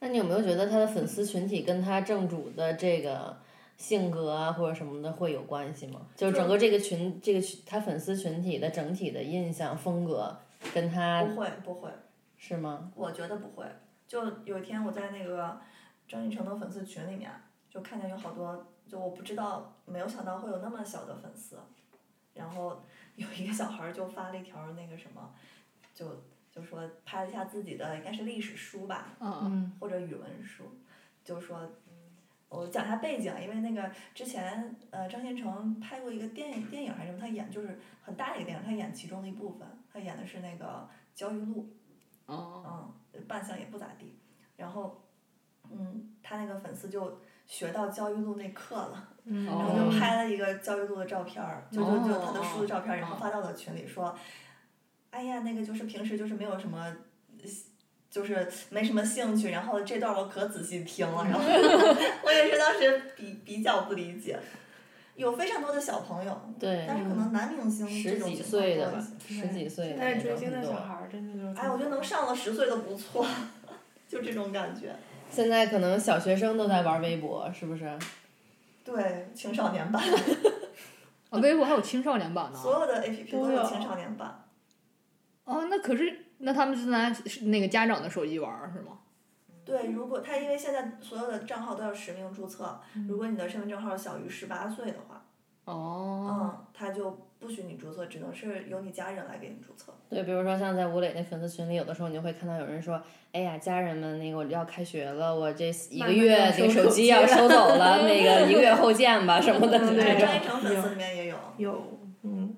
C: 那你有没有觉得他的粉丝群体跟他正主的这个性格啊或者什么的会有关系吗？就是整个这个群，这个群他粉丝群体的整体的印象风格跟他
A: 不会不会，
C: 是吗？
A: 我觉得不会。就有一天我在那个张艺成的粉丝群里面，就看见有好多，就我不知道，没有想到会有那么小的粉丝。然后 有一个小孩儿就发了一条那个什么，就就说拍了一下自己的应该是历史书吧，
B: 嗯，
D: 嗯，
A: 或者语文书，就说，我讲一下背景，啊因为那个之前呃张新成拍过一个电影电影还是什么，他演就是很大一个电影，他演其中的一部分，他演的是那个焦裕禄，
B: 哦，
A: 嗯，扮相也不咋地，然后嗯，他那个粉丝就学到焦裕禄那课了，
D: 嗯
A: 然后
B: 哦
A: 就拍了一个焦裕禄的照片
C: 哦
A: 儿，就就就他的书的照片儿，然后
B: 哦
A: 发到了群里说，哎呀，那个就是平时就是没有什么。就是没什么兴趣，然后这段我可仔细听 了，然后我也是当时比比较不理解，有非常多的小朋友，
C: 对，
A: 但是可能男明星这
C: 十
A: 种
C: 几
A: 情况
C: 岁的
A: 多一
C: 吧
A: 些，
C: 十几岁的
D: 但
C: 那
D: 是追
C: 种
D: 星
C: 很
D: 的小
C: 多。
D: 孩儿真的就是，
A: 哎，我觉得能上了十岁都不错， 就这种感觉。
C: 现在可能小学生都在玩微博，是不是？
A: 对，青少年版，
B: 啊，微博还有青少年版呢。
A: 所有的 A P P 都
D: 都有
A: 有青少年版，
B: 哦，那可是那他们是拿是那个家长的手机玩儿是吗？
A: 对，如果他因为现在所有的账号都要实名注册，如果你的身份证号小于十八岁的话，
B: 哦，
A: 嗯，他就不许你注册，只能是由你家人来给你注册。
C: 对，比如说像在吴磊那粉丝群里，有的时候你就会看到有人说：“哎呀，家人们，那个我要开学了，我这一
D: 慢
C: 个
D: 慢
C: 月
D: 要
C: 那个
D: 收
C: 手
D: 手
C: 机
D: 机
C: 要
D: 了
C: 收走 了，那个一个月后见吧什么的
D: 嗯
C: 这
D: 对
A: 对，
C: 种。
A: 张一成粉丝里面也有啊、
D: 有，嗯，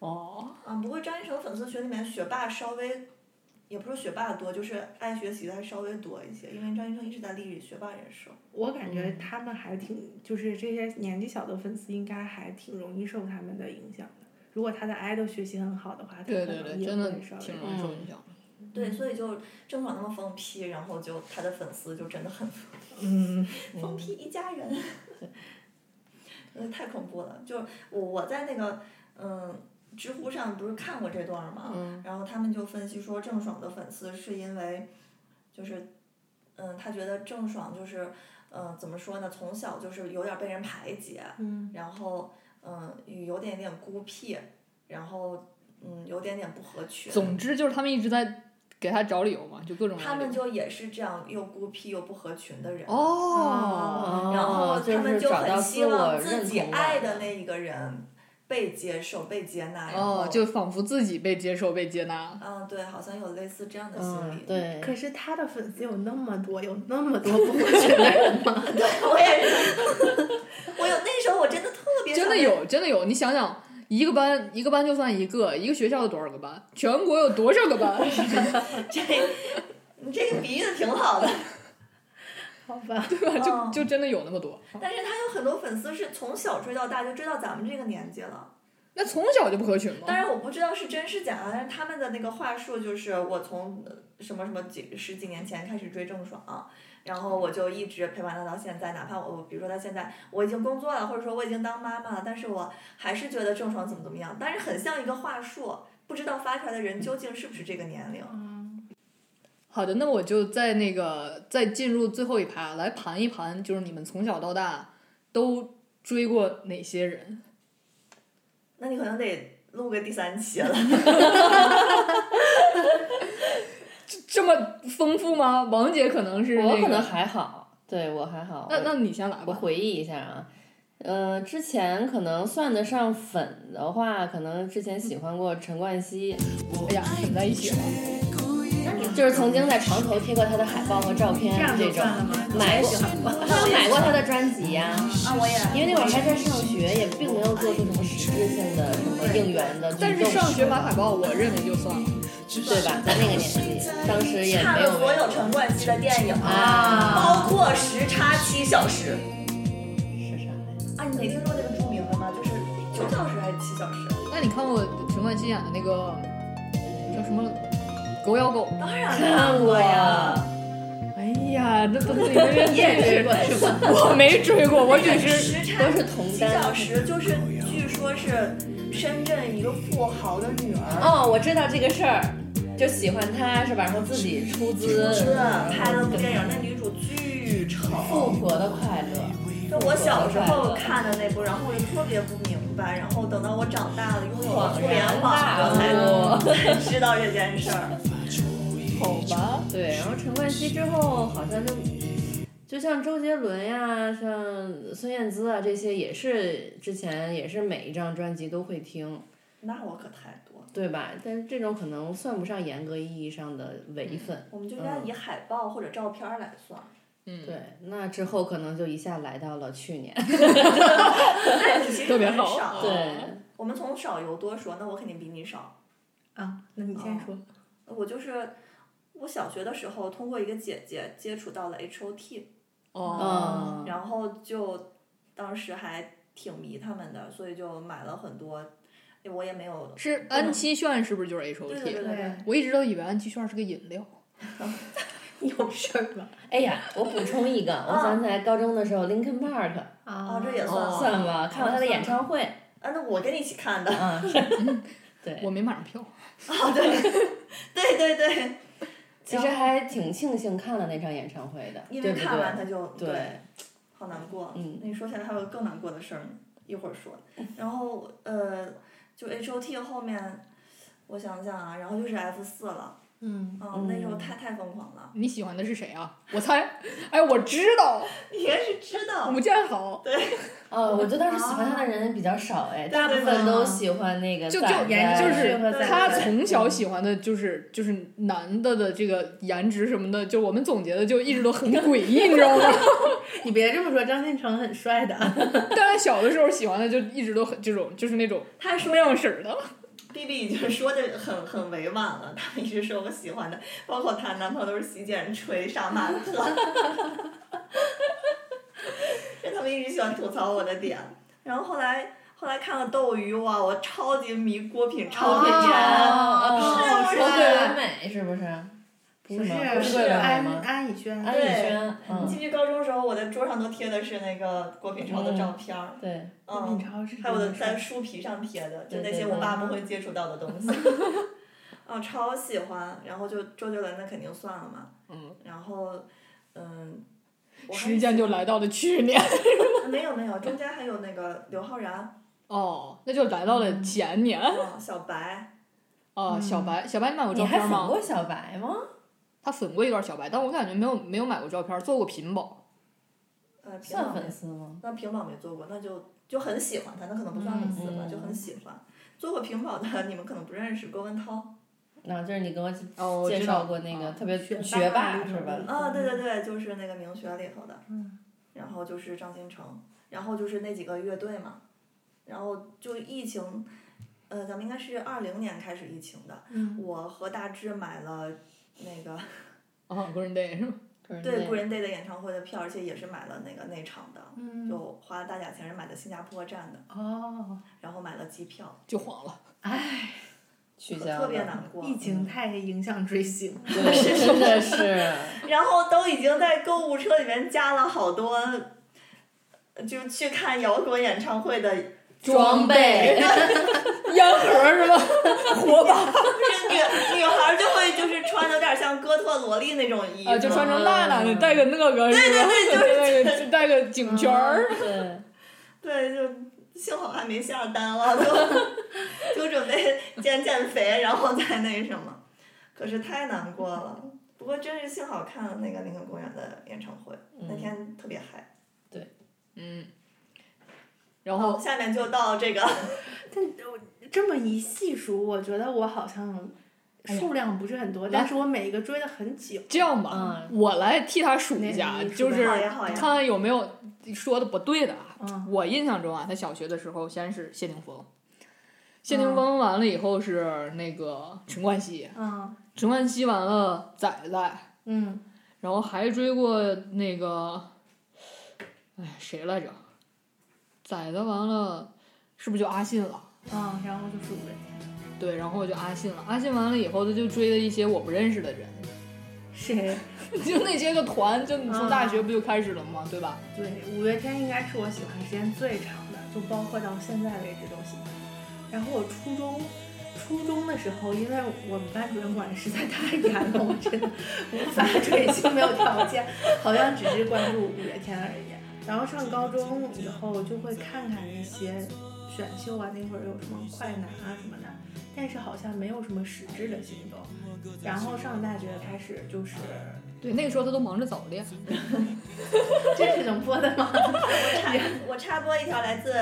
B: 哦，
A: 不过张一成粉丝群里面学霸稍微，也不是学霸多，就是爱学习的还稍微多一些，因为张一成一直在立学霸人设。
D: 我感觉他们还挺，就是这些年纪小的粉丝应该还挺容易受他们的影响的。如果他的 idol 学习很好的话，他
B: 对
D: 可
B: 对
D: 能
B: 对，
D: 也
B: 真的
D: 会稍微
B: 挺容易受影响。
A: 嗯
D: 嗯
A: 对，所以就郑爽那么疯批，然后就她的粉丝就真的很
D: 嗯，
A: 疯批一家人，呃，太恐怖了。就是我我在那个嗯知乎上不是看过这段儿吗？
C: 嗯
A: 然后他们就分析说，郑爽的粉丝是因为就是嗯，他觉得郑爽就是嗯怎么说呢，从小就是有点儿被人排挤，
D: 嗯
A: 然后嗯有点点孤僻，然后嗯有点点不合群。
B: 总之就是他们一直在给他找理由嘛，就各种
A: 他
B: 来理
A: 们
B: 由
A: 就也是这样又孤僻又不合群的人。
B: 哦，
A: 然后
C: 哦就
A: 他们
C: 是
A: 就
C: 找到
A: 很
C: 自
A: 希
C: 我
A: 望
C: 认
A: 自己
C: 同
A: 爱
C: 感
A: 的那一个人被接受、被接纳。然后
B: 哦，就仿佛自己被接受、被接纳。
A: 嗯，对，好像有类似这样的心
C: 嗯
A: 理。，
C: 对，
D: 可是他的粉丝有那么多，有那么多不合群的人 吗？
A: 我也是。 我有那时候我真的特别
B: 真
A: 想
B: 的有，真的有。你想想，一个班一个班就算一个，一个学校有多少个班？全国有多少个班？
A: 这，你这个比喻的挺好 的，
D: 好吧，
B: 对吧？
A: 嗯
B: 就就真的有那么多。
A: 但是他有很多粉丝是从小追到大，就追到咱们这个年纪了。
B: 那从小就不合群吗？
A: 当然我不知道是真是假，啊但是他们的那个话术就是我从呃什么什么几十几年前开始追郑爽、然后我就一直陪伴她到现在，哪怕我比如说她现在我已经工作了，或者说我已经当妈妈了，但是我还是觉得郑爽怎么怎么样，但是很像一个话术，不知道发出来的人究竟是不是这个年龄。
D: 嗯，
B: 好的，那我就在那个再进入最后一趴，来盘一盘，就是你们从小到大都追过哪些人？
A: 那你可能得录个第三期了。
B: 这么丰富吗？王姐可能是、那个、
C: 我可能还好，对我还好。
B: 那
C: 我
B: 那你先来
C: 我
B: 吧。
C: 回忆一下啊，呃，之前可能算得上粉的话，可能之前喜欢过陈冠希，
B: 哎呀，你们在一起了，
A: 那你
C: 就是曾经在床头贴过他的海报和照片
D: 这样
C: 这
D: 就
C: 种
D: 算，了吗？
C: 买过，我买过他的专辑呀、
A: 啊，我也
C: 因为那会儿还在上学，也并没有做出什么实质性的什么应援的举动，
B: 但是上学买海报，我认为就算了。
C: 对吧？在那个年纪，当时也
A: 看
C: 没有
A: 了所有陈冠希的电影，
C: 啊
A: 包括时差七小时。
C: 是啥来着？
A: 啊，你没听说那个著名的吗？就是九小时还是七小时？
B: 那你看过陈冠希演的那个叫什么《狗咬狗
A: 当然
C: 看过呀，。》？
B: 哎呀，那都你那边
C: 你也追过是吧？
B: 我没追过，我只是
A: 时差
C: 都是同
A: 七
C: 单
A: 小时，就是据说是深圳一个富豪的女 儿，
C: 哦，我知道这个事儿，就喜欢他是吧？然后自己出资
A: 是啊拍了部电影，那女主巨
C: 富
A: 丑。
C: 婆的快乐。
A: 就我小时候看的那部，然后我就特别不明白，然后等到我长大了，拥有了互联网，我才才知道这件事儿。
B: 好吧。
C: 对，然后陈冠希之后好像就，就像周杰伦呀、像孙燕姿啊这些，也是之前也是每一张专辑都会听，
A: 那我可太多了，
C: 对吧？但是这种可能算不上严格意义上的伪粉。
A: 我们就应该以海报或者照片儿来算。
B: 嗯，
C: 对，那之后可能就一下来到了去年。
A: 那你其实
B: 特别
A: 很
B: 好
A: 少。
C: 对，
A: 我们从少由多说，那我肯定比你少。
D: 啊，那你
A: 哦
D: 先说。
A: 我就是我小学的时候通过一个姐姐接触到了 H.O.T，
B: 哦，
C: 嗯，
A: 然后就当时还挺迷他们的，所以就买了很多。我也没有，
B: 是安七炫是不是就是 H O
A: 对
B: T？
A: 对对对，
D: 对
B: 我一直都以为安七炫是个饮料。
D: 有事儿吗？
C: 哎呀，我补充一个，我想起来高中的时候，Linkin Park
A: 哦，这也
B: 哦
A: 算
C: 嗯算吧，看过他的演唱会，
A: 啊，那我跟你一起看的。
C: 嗯，是， 对，
B: 我没买上票。
A: 哦，对，对对对，
C: 其实还挺庆幸看了那场演唱会的，
A: 因
C: 对
A: 为
C: 不
A: 看完他
C: 对？
A: 就
C: 对，
A: 好难过。
C: 嗯
A: 那你说起来还有更难过的事儿呢，一会儿说。然后呃，就 H O T 后面，我想想啊，然后就是 F 四了，
D: 嗯，
A: 嗯，
C: 嗯
A: 那时候太太疯狂了，
B: 你喜欢的是谁啊？ 我猜，哎，我知道，
A: 你也是知道
B: 吴，建豪，
C: 哦，我就当时喜欢他的人比较少
A: 哦
C: 哎，大部分都喜欢那个
B: 就
C: 仔
B: 就
C: 仔
B: 就是
C: 和仔仔
B: 他从小喜欢的就是就是男的的这个颜值什么的，就我们总结的就一直都很诡异，你知道吗？
D: 你别这么说，张新成很帅的。
B: 但是小的时候喜欢的就一直都很这种，就是那种
A: 他
B: 什么样式儿的。
A: B B 已经说的很很委婉了，他们一直是我喜欢的，包括她男朋友都是洗剪吹、杀马 特，这他们一直喜欢吐槽我的点。然后后来后来看了斗鱼，哇，我超级迷郭品超品
C: 哦
A: 全，
C: 哦
A: 是不是啊
C: 侯桂纶镁是不是？
D: 不
C: 吗
D: 是，
C: 是
D: 是
C: 桂纶镁
D: 安
C: 吗？
D: 安以轩。
C: 安以轩，
A: 哎你
C: 嗯，
A: 记不记得高中时候我的桌上都贴的是那个郭品超的照片儿，
C: 对，
D: 郭
A: 嗯，
D: 品超是
A: 还有我的
D: 真的
A: 在
D: 帅
A: 书皮上贴的，就
C: 对
A: 那
C: 对
A: 些
C: 对
A: 我爸不会接触到的东西。啊，超喜欢，然后就周杰伦那肯定算了嘛，
B: 嗯，
A: 然后，嗯，我还
B: 时间就来到了去年。
A: 没有没有，中间还有那个刘昊然，
B: 哦，那就来到了前年。
A: 嗯，小白，
B: 哦，小白，小白，你买过
C: 你
B: 照
C: 还
B: 片
C: 粉
B: 吗？
C: 过小白吗？
B: 他粉过一段小白，但我感觉没有没有买过照片，做过屏保。
A: 呃，平
C: 算
A: 老没
C: 粉，丝吗？
A: 那平保没做过，那就就很喜欢他，那可能不算粉丝吧，
C: 嗯
A: 就很喜欢。做过平保的你们可能不认识，郭文涛，
C: 那就是你给我
B: 哦，我
C: 介
B: 知
C: 绍
B: 道
C: 过那个
B: 啊
C: 特别
D: 学霸
C: 学霸
D: 那
C: 是
D: 种
C: 吧？
A: 啊，对对对，就是那个名学里头的，
D: 嗯
A: 然后就是张新成，然后就是那几个乐队嘛，然后就疫情，呃，咱们应该是二零年开始疫情的，
D: 嗯
A: 我和大志买了那个
B: 啊，Green Day 是吗？
C: 对
A: 对 Green Day 的演唱会的票，而且也是买了那个内场的，
D: 嗯，
A: 就花了大价钱是买的新加坡站的，
D: 哦，
A: 然后买了机票，
B: 就黄了。
C: 取消
A: 特别
C: 了
A: 难过，
D: 疫情太影响追星了。
C: 对，真的是，
A: 然后都已经在购物车里面加了好多，就去看摇滚演唱会的
C: 装 备，
B: 烟盒是吗？火把
A: 就是女女孩儿就会就是穿的有点像哥特萝莉那种衣服，
B: 啊，就穿成娜娜的，戴个那个是吧？对对对，戴个嗯颈圈儿。
C: 嗯对，
A: 对，就幸好还没下单了，就就准备减减肥，然后再那什么，可是太难过了。不过真是幸好看了那个林肯公园的演唱会，那天特别嗨。
B: 嗯，然
A: 好，
B: 后
A: 下面就到这个，
D: 但我这么一细数，我觉得我好像数量不是很多，但是我每一个追的很久。
B: 这样
C: 嗯
B: 吧，我来替他嗯数一下，
D: 你你
B: 就
D: 数吧
B: 是
A: 好呀好呀
B: 看看有没有说的不对的啊。
D: 嗯，
B: 我印象中啊，他小学的时候先是谢霆锋，谢霆锋完了以后是那个陈冠希，
D: 嗯
B: 陈冠希完了仔仔，
D: 嗯，
B: 然后还追过那个，哎谁来着？仔仔完了，是不是就阿信了？
D: 嗯，然后就数呗。
B: 对，然后就阿信了。阿信完了以后，他就追了一些我不认识的人，
D: 谁？
B: 就那些个团，就你从
D: 啊
B: 大学不就开始了吗？对吧？
D: 对，五月天应该是我喜欢时间最长的，就包括到现在为止都喜欢。然后我初中，初中的时候，因为我们班主任管得实在太严了，我真的无法追星，没有条件，好像只是关注五月天而已。然后上高中以后就会看看那些选秀啊，那会儿有什么快男啊什么的，但是好像没有什么实质的行动。然后上大学开始就是，
B: 对，那个时候他都忙着早恋。
D: 这是能播的吗？
A: 我插 我插播一条来自。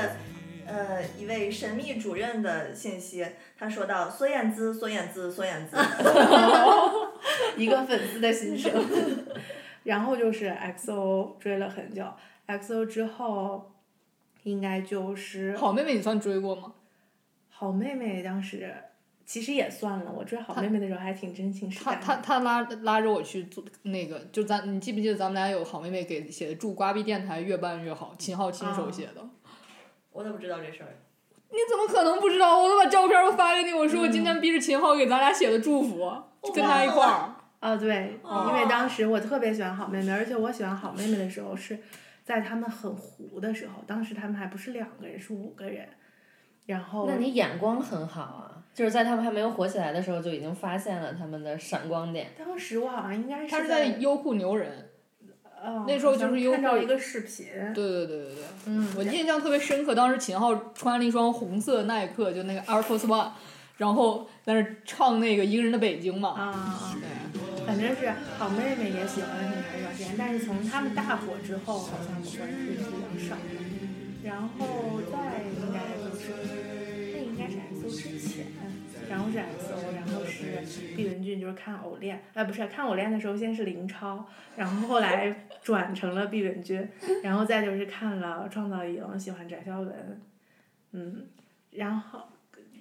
A: 呃，一位神秘主任的信息，他说到孙燕姿，孙燕姿，孙燕姿，
D: 一个粉丝的心声。 然后就是 XO 追了很久，XO 之后应该就是
B: 好妹妹，你算追过吗？
D: 好妹妹，当时其实也算了，我追好妹妹的时候还挺真情实
B: 他
D: 感
B: 他
D: 的。
B: 他拉拉着我去做那个，就咱你记不记得咱们俩有好妹妹给写的祝瓜逼电台越办越好，秦昊亲手写的。
A: 我怎么知道这事儿？
B: 你怎么可能不知道？我都把照片都发给你，我说我今天逼着秦昊给咱俩写的祝福，跟他一块儿。
D: 哦，对，
A: 哦
D: 因为当时我特别喜欢好妹妹，而且我喜欢好妹妹的时候是在他们很糊的时候，当时他们还不是两个人，是五个人。然后
C: 那你眼光很好啊，就是在他们还没有火起来的时候就已经发现了他们的闪光点。
D: 当时我好像应该是
B: 他是在优酷牛人，
D: 哦
B: 那时候就是
D: 好像
B: 优
D: 看到
B: 酷
D: 一个视频，
B: 对对对对对，
D: 嗯
B: 我印象特别深刻，当时秦昊穿了一双红色耐克，就那个 Air Force One，然后在那儿唱那个《一个人的北京》嘛，
D: 啊啊，
B: 对
D: 反正是好妹妹也喜欢了很长一段时间，但是从他们大火之后，好像我关注就比较少了。然后再应该就是，那应该是 S O 之前，然后是 S O，然后是毕文俊，就是看偶恋，哎、不是看偶恋的时候，先是林超，然后后来转成了毕文俊，然后再就是看了创造营，喜欢翟潇闻，嗯，然后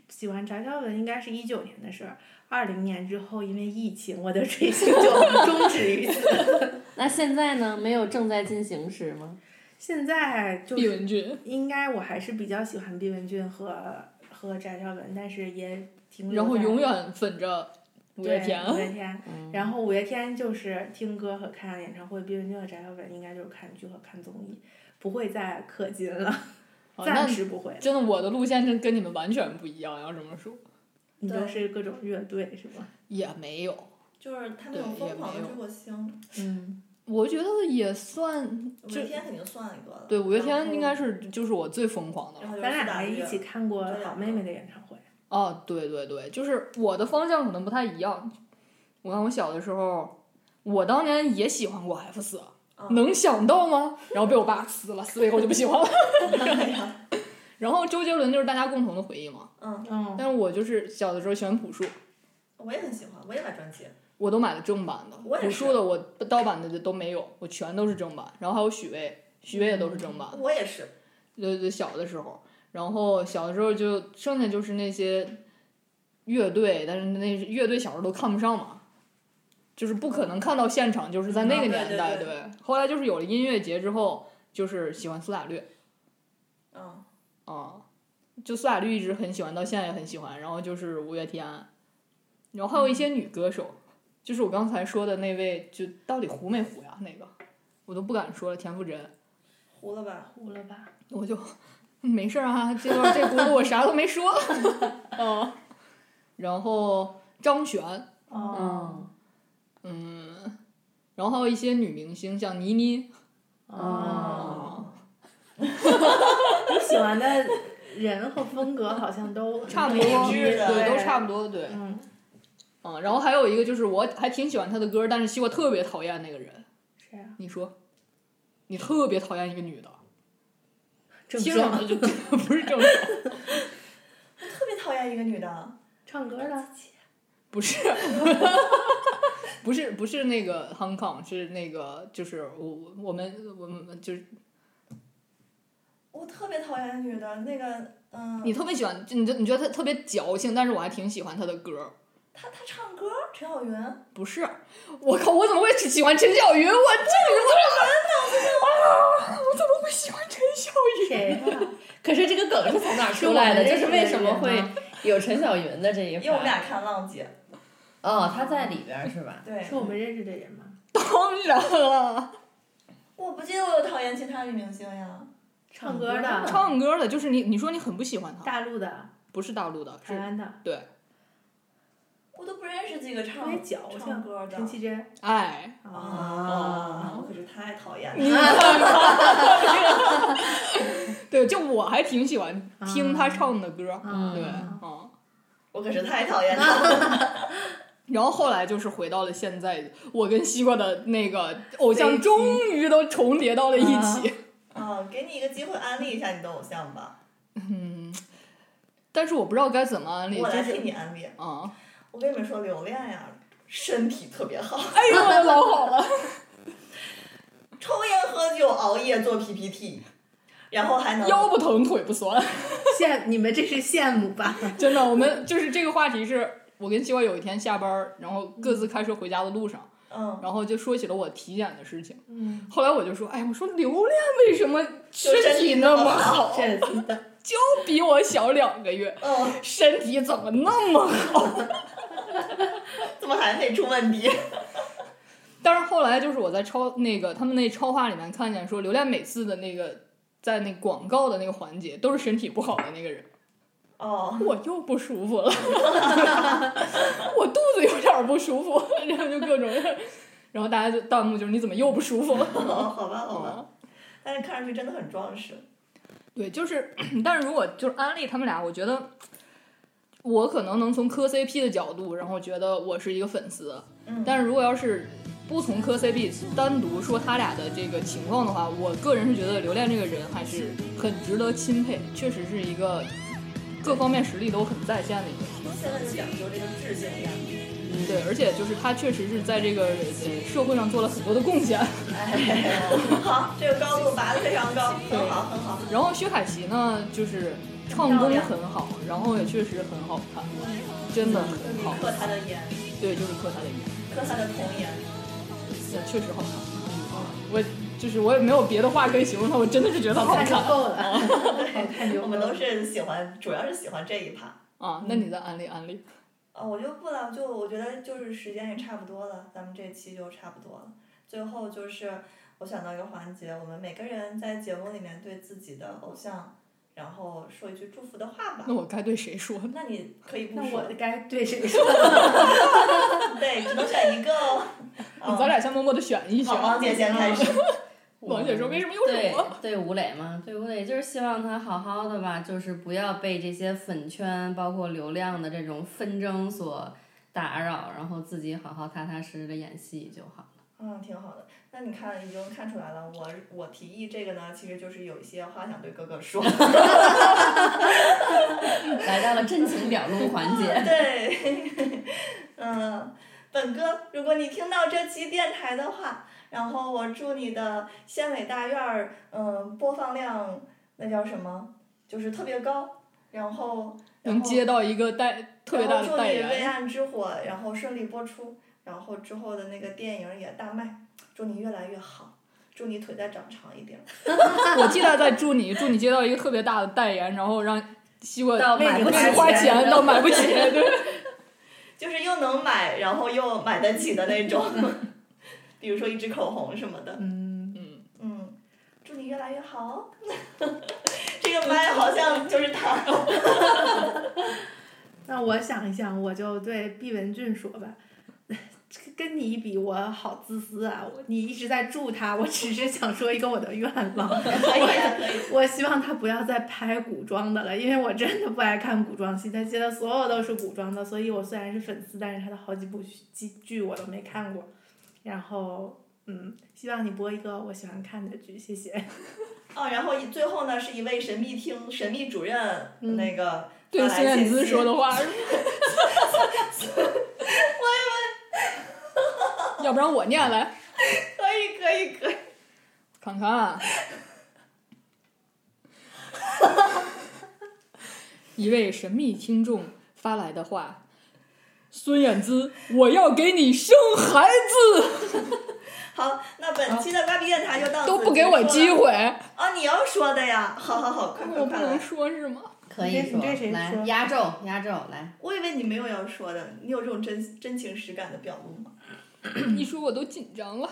D: 喜欢翟潇闻应该是一九年的事儿，二零年之后因为疫情，我的追星就终止于此。
C: 那现在呢？没有正在进行时吗？
D: 现在就
B: 毕
D: 是
B: 文俊，
D: 应该我还是比较喜欢毕文俊和和翟潇闻，但是也挺
B: 然后永远粉着五月天，啊
D: 五月天，
C: 嗯
D: 然后五月天就是听歌和看演唱会，毕文俊和翟潇闻应该就是看剧和看综艺，不会再氪金了，
B: 啊
D: 暂
B: 那
D: 时不会。
B: 真的我的路线真跟你们完全不一样，要这么说
D: 你
A: 对嗯
D: 就是各种乐队是吗？
B: 也没有，
A: 就是他那种
B: 对也
A: 疯狂的
B: 没有
A: 追过星，
D: 嗯，
B: 我觉得也算
A: 五
B: 就
A: 月天肯定算一个了。
B: 对五月天应该
A: 是。
B: 是就是我最疯狂的了
A: 然。后就
D: 咱
A: 是
D: 俩
A: 四大
D: 还一
A: 乐 啊
D: 起看过
A: 对
D: 好妹妹的演唱会，
B: 哦，对对对，就是我的方向可能不太一样。我看我小的时候，我当年也喜欢过 F 四、
A: 啊
B: 能想到吗？然后被我爸撕了，撕了以后就不喜欢了。然后周杰伦就是大家共同的回忆嘛，
A: 嗯，
D: 嗯，
B: 但是我就是小的时候喜欢朴树，
A: 我也很喜欢，我也买专辑。
B: 我都买了正版的，
A: 我也
B: 朴树的我盗版的就都没有，我全都是正版。然后还有许巍，许巍也都是正版。
A: 我也是，
B: 对对对，小的时候，然后小的时候就剩下就是那些乐队，但是那些乐队小时候都看不上嘛，就是不可能看到现场，就是在那个
A: 嗯对
B: 年
A: 对
B: 代，
A: 对
B: 后来就是有了音乐节之后，就是喜欢苏打绿
A: 嗯，
B: 啊、就苏打绿一直很喜欢，到现在也很喜欢。然后就是五月天，然后还有一些女歌手，就是我刚才说的那位，就到底糊没糊呀？那个我都不敢说了，田馥甄。
A: 糊了吧？
D: 哭了吧？
B: 我就没事儿啊，这段这轱辘我啥都没说。 嗯，然后张悬，
D: 哦，
B: 嗯，然后还有一些女明星，像倪妮，嗯
D: 哦，你 喜欢的人和风格好像都
B: 差不
A: 不
B: 多，
A: 多
B: 对，
A: 对
B: 都差不多，对。
D: 嗯，
B: 嗯，然后还有一个就是我还挺喜欢她的歌，但是西瓜特别讨厌那个人。
D: 谁啊？
B: 你说，你特别讨厌一个女的，
D: 郑
B: 听上
D: 爽
B: 去就 不是郑爽，
A: 我特别讨厌一个女的，
D: 唱歌的，
B: 不是。 不是不是那个 Hong Kong，是那个就是我我们我们就是
A: 我特别讨厌女的那个，嗯，
B: 你特别喜欢，就你就你觉得他特别矫情，但是我还挺喜欢他的歌儿。
A: 她她唱歌，陈小云，
B: 不是，我靠，我怎么会喜欢陈小云？我这我这啊，我怎么会喜欢陈小云？
D: 谁呀？
C: 可是这个梗是从哪儿出 来的？这是为什么会有陈小云的这一
A: 因
C: 趴？
A: 为我们俩看《浪姐
C: 哦，他在里边儿是吧》，？
A: 对
D: 是，我们认识的人吗？
B: 当然了，
A: 我不记得我有讨厌其他女明星呀，
D: 唱歌的，
B: 唱歌的，就是你，你说你很不喜欢他，
D: 大陆的，
B: 不是大陆的，
D: 台
B: 是
D: 湾的，
B: 对，
A: 我都不认识几个
D: 特
A: 唱
D: 别矫情，
A: 唱歌的
D: 陈。绮贞
B: 哎，
D: 啊，
A: 啊，我可是太讨厌了。
B: 对，就我还挺喜欢听他唱的歌儿，
D: 嗯
B: 对，
D: 嗯
B: 嗯。
A: 我可是太讨厌她了。
B: 然后后来就是回到了现在，我跟西瓜的那个偶像终于都重叠到了一起。
A: 啊，给你一个机会安利一下你的偶像吧，
B: 但是我不知道该怎么安利，
A: 我
B: 就
A: 来
B: 是
A: 替你安利。
B: 啊，
A: 我跟你们说，刘恋呀，身体特别好，
B: 哎呦我
C: 啊
B: 的老好了，
A: 抽烟喝酒熬夜做 PPT，然后还能
B: 腰不疼腿不酸，
D: 羡你们这是羡慕吧？
B: 真的，我们就是这个话题是。我跟西瓜有一天下班儿，然后各自开车回家的路上，
A: 嗯，
B: 然后就说起了我体检的事情。
D: 嗯，
B: 后来我就说：“哎，我说刘恋为什么
A: 就
B: 身
A: 身
B: 体
A: 体
B: 那
A: 那
B: 么
A: 么
B: 好，
D: 这真的，
B: 就比我小两个月，
A: 嗯，
B: 身体怎么那么好？
A: 怎么还没出问题？
B: 但是后来就是我在超那个他们那超话里面看见说，刘恋每次的那个在那广告的那个环节都是身体不好的那个人，
A: 哦，
B: 我又不舒服了， 我肚子有点儿不舒服，然后就各种，然后大家就弹幕就是你怎么又不舒服了？
A: 哦好吧，好吧，但是看上去真的很壮实。
B: 对，就是，但是如果就是安利他们俩，我觉得我可能能从磕 CP 的角度，然后觉得我是一个粉丝。
A: 嗯
B: 但是如果要是不从磕 CP 单独说他俩的这个情况的话，我个人是觉得刘恋这个人还是很值得钦佩，确实是一个各方面实力都很在线的一个。
A: 现在就讲究这个质性恋，
B: 对，而且就是他确实是在这个呃社会上做了很多的贡献。
A: 哎， 好，这个高度拔得非常高，很好，很好。
B: 然后薛凯琪呢，就是唱功很好，然后也确实很好看，真的
A: 就是
B: 很
A: 你
B: 好。
A: 克他的颜，
B: 对，就是磕他的眼，
A: 克他的瞳颜，
B: 也确实好看。嗯我就是我也没有别的话可以形容他，我真的是觉得他好
D: 看就
B: 看
D: 够了，好看就
A: 我
D: 够
A: 们
D: 了
A: 都。是喜欢，主要是喜欢这一趴。
B: 啊。那你再安利安利，
A: 啊，我就不了，就我觉得就是时间也差不多了，咱们这期就差不多了。最后就是我想到一个环节，我们每个人在节目里面对自己的偶像，然后说一句祝福的话吧
B: 那。我该对谁说呢？
A: 那你可以不
D: 那
A: 说
D: 我，该对谁说？
A: 对，只能选一个哦。
B: 你咱俩先默默的选啊一选
A: 好，。王姐先开始。
B: 王姐说：“为什么又是
C: 对
B: 我
C: 对吴磊嘛，对吴磊就是希望他好好的吧，就是不要被这些粉圈包括流量的这种纷争所打扰，然后自己好好踏踏实实的演戏就 好。
A: 嗯，挺好的。那你看，已经看出来了，我我提议这个呢，其实就是有一些话想对哥哥说。
C: 来到了真情表露环 节，
A: 对，嗯，本哥，如果你听到这期电台的话，然后我祝你的县委大院儿，嗯，播放量那叫什么，就是特别高，然后然
B: 能
A: 后
B: 接到一个代特别大
A: 然后
B: 的
A: 祝
B: 代
A: 你《为
B: 言？
A: 暗之火》然后顺利播出，然后之后的那个电影也大卖，祝你越来越好，祝你腿再长长一点儿。
B: 我替他在祝你，祝你接到一个特别大的代言，然后让西瓜
C: 到
B: 为
C: 买
B: 你
C: 不
B: 为
C: 起
B: 你花钱
C: 了
B: 到买不 起。”对，
A: 就是又能买，然后又买得起的那种， 比如说一支口红什么的。
D: 嗯，
B: 嗯，
A: 嗯，祝你越来越好 哦。这个麦好像就是他。
D: 那我想一想，我就对毕文俊说吧。 这跟你一比，我好自私啊！我你一直在助他，我只是想说一个我的愿望。
A: 可以可以。
D: 我希望他不要再拍古装的了，因为我真的不爱看古装戏。他接的所有都是古装的，所以我虽然是粉丝，但是他的好几部剧剧我都没看过。然后，嗯，希望你播一个我喜欢看的剧，谢谢。
A: 哦，然后一最后呢，是一位神秘厅神秘主任、
D: 嗯
A: 那个
B: 对
A: 发
B: 孙
A: 来
B: 燕
A: 信
B: 姿
A: 息
B: 说的话。要不然我念来。
A: 可以可以可以。
B: 看看 啊，一位神秘听众发来的话：“孙燕姿，我要给你生孩子，
A: 好，那本期的芭比电台就到
B: 都
A: 此
B: 不给
A: 结
B: 我
A: 束
B: 机
A: 了。
B: 会，嗯
A: 哦，你要说的呀？好好好，快快
B: 我不
A: 快
B: 能
A: 来！
B: 说是吗？
C: 可
D: 你
C: 以
D: 对
C: 说
D: 你对谁
C: 来
D: 说
C: 压轴压轴来，
A: 我以为你没有要说的，你有这种真真情实感的表露吗？
B: 一说我都紧张了。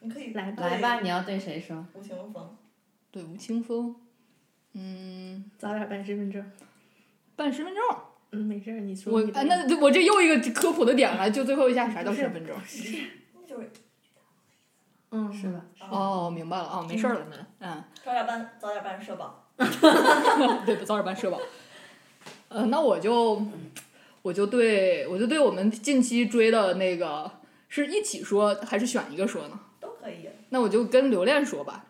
A: 你可以
D: 来吧
A: 对
C: 来吧，你要对谁说？
A: 吴青峰，”
B: 对，吴青峰，嗯，
D: 早点办身份证。
B: 办身份证儿，
D: 嗯，没事儿，你说
B: 我
D: 你的
B: 哎，那我这又一个科普的点了，就最后一下啥叫身份证？
A: 那就是
D: 嗯
C: 是吧？
B: 哦，明白了啊，没事儿了，嗯。
A: 早点办早点办社保。
B: 对，早点办社保。呃，那我就我就对我就对我们近期追的那个是一起说还是选一个说呢？
A: 都可以。
B: 那我就跟留恋说吧。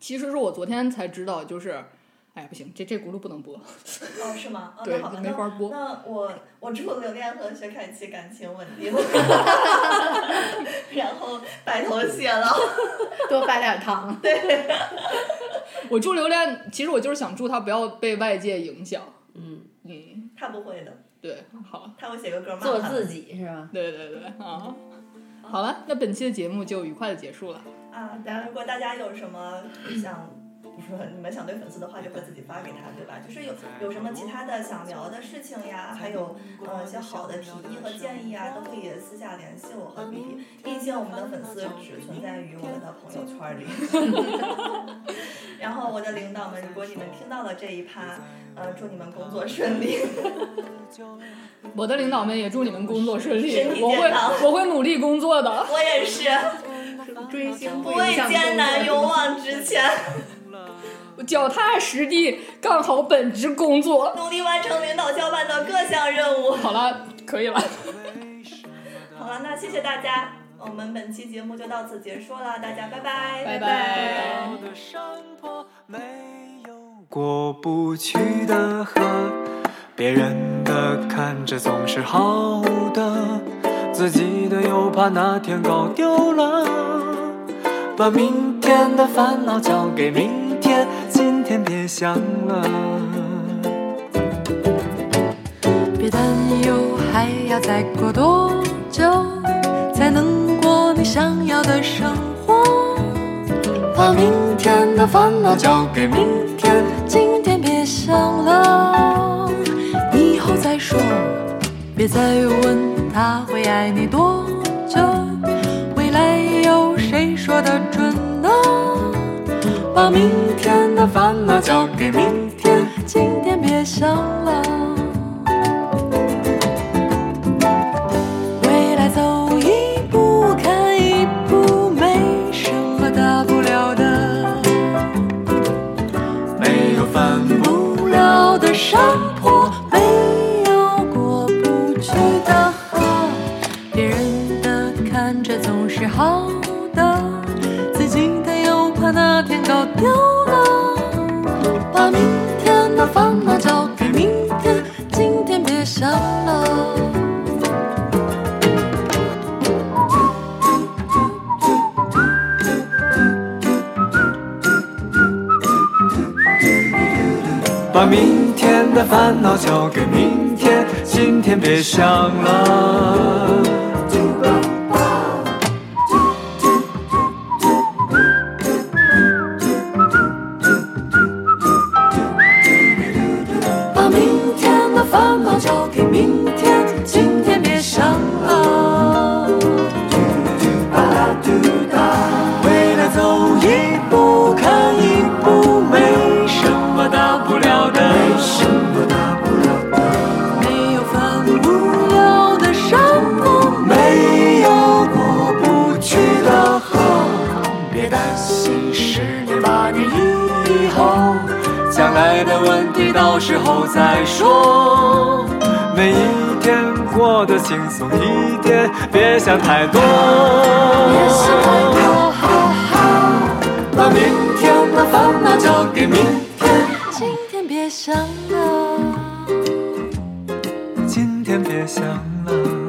B: 其实是我昨天才知道，就是，哎呀不行，这这轱辘不能播，
A: 哦，是吗？哦，
B: 对
A: 那好吧，，
B: 没
A: 那
B: 法播。
A: 那我我祝刘恋和薛凯琪感情稳 定，然后白头偕老。
D: 多发点糖。
B: 我祝留恋，其实我就是想祝他不要被外界影响。
C: 嗯，
B: 嗯，
A: 他不会的，
B: 对，好，
A: 他会写个歌骂
C: 做
A: 他
C: 自己是吧？
B: 对对对啊。好了，那本期的节目就愉快的结束了。
A: 啊
D: 的。
A: 如果大家有什么想说你们想对粉丝的话，就会自己发给他，对吧？就是有有什么其他的想聊的事情呀，还有呃一些好的提议和建议啊，都可以私下联系我和 B B。毕竟我们的粉丝只存在于我们的朋友圈里。 然后我的领导们，如果你们听到了这一趴，呃，祝你们工作顺 利。
B: 我的领导们也祝你们工作顺利
A: 身体，
B: 我会
A: 健康
B: 我会努力工作的。
A: 我也是，
D: 追星
A: 不
D: 不
A: 畏
D: 影响
A: 艰难，
D: 工
A: 勇
D: 作
A: 往直前，
B: 脚踏实地干好本职工作。
A: 努力完成领导交办的各项任务。
B: 好了，可以了。
A: 好了，那谢谢大家，我们本期节目就到此结束了，大家拜拜，
B: 拜拜
E: 高的山坡，没有过不去的河。别人的看着总是好的，自己的又怕哪天搞丢了。把明天的烦恼交给明天，今天别想了。
F: 别担忧还要再过多久才能过你想要的生活，把明天的烦恼交给明天，今天别想了，以后再说。别再问他会爱你多久，未来有谁说得准呢？把明天的烦恼交给明天，今天别想了。未来走一步看一步，没什么大不了的。
E: 没有翻
F: 不了的山坡，没有过不去的河。别人的看着总是好的，自己的又怕哪天搞丢了。把明天的烦恼交给明天，今天别想了。
E: 把明天的烦恼交给明天，今天别想了。
F: 把明天的烦恼交给明天，今天别想了。
E: 未来走一步看一步，没什么大不了的。
F: 没有翻不了的山坡，
E: 没有过不去的河，
F: 别担心十年八年
E: 以后将来的问题到时候再说。每一天过得轻松一点，别想太多。
F: 别想太多，哈哈。
E: 把明天的烦恼交给明天，
F: 今天别想了。
E: 今天别想了。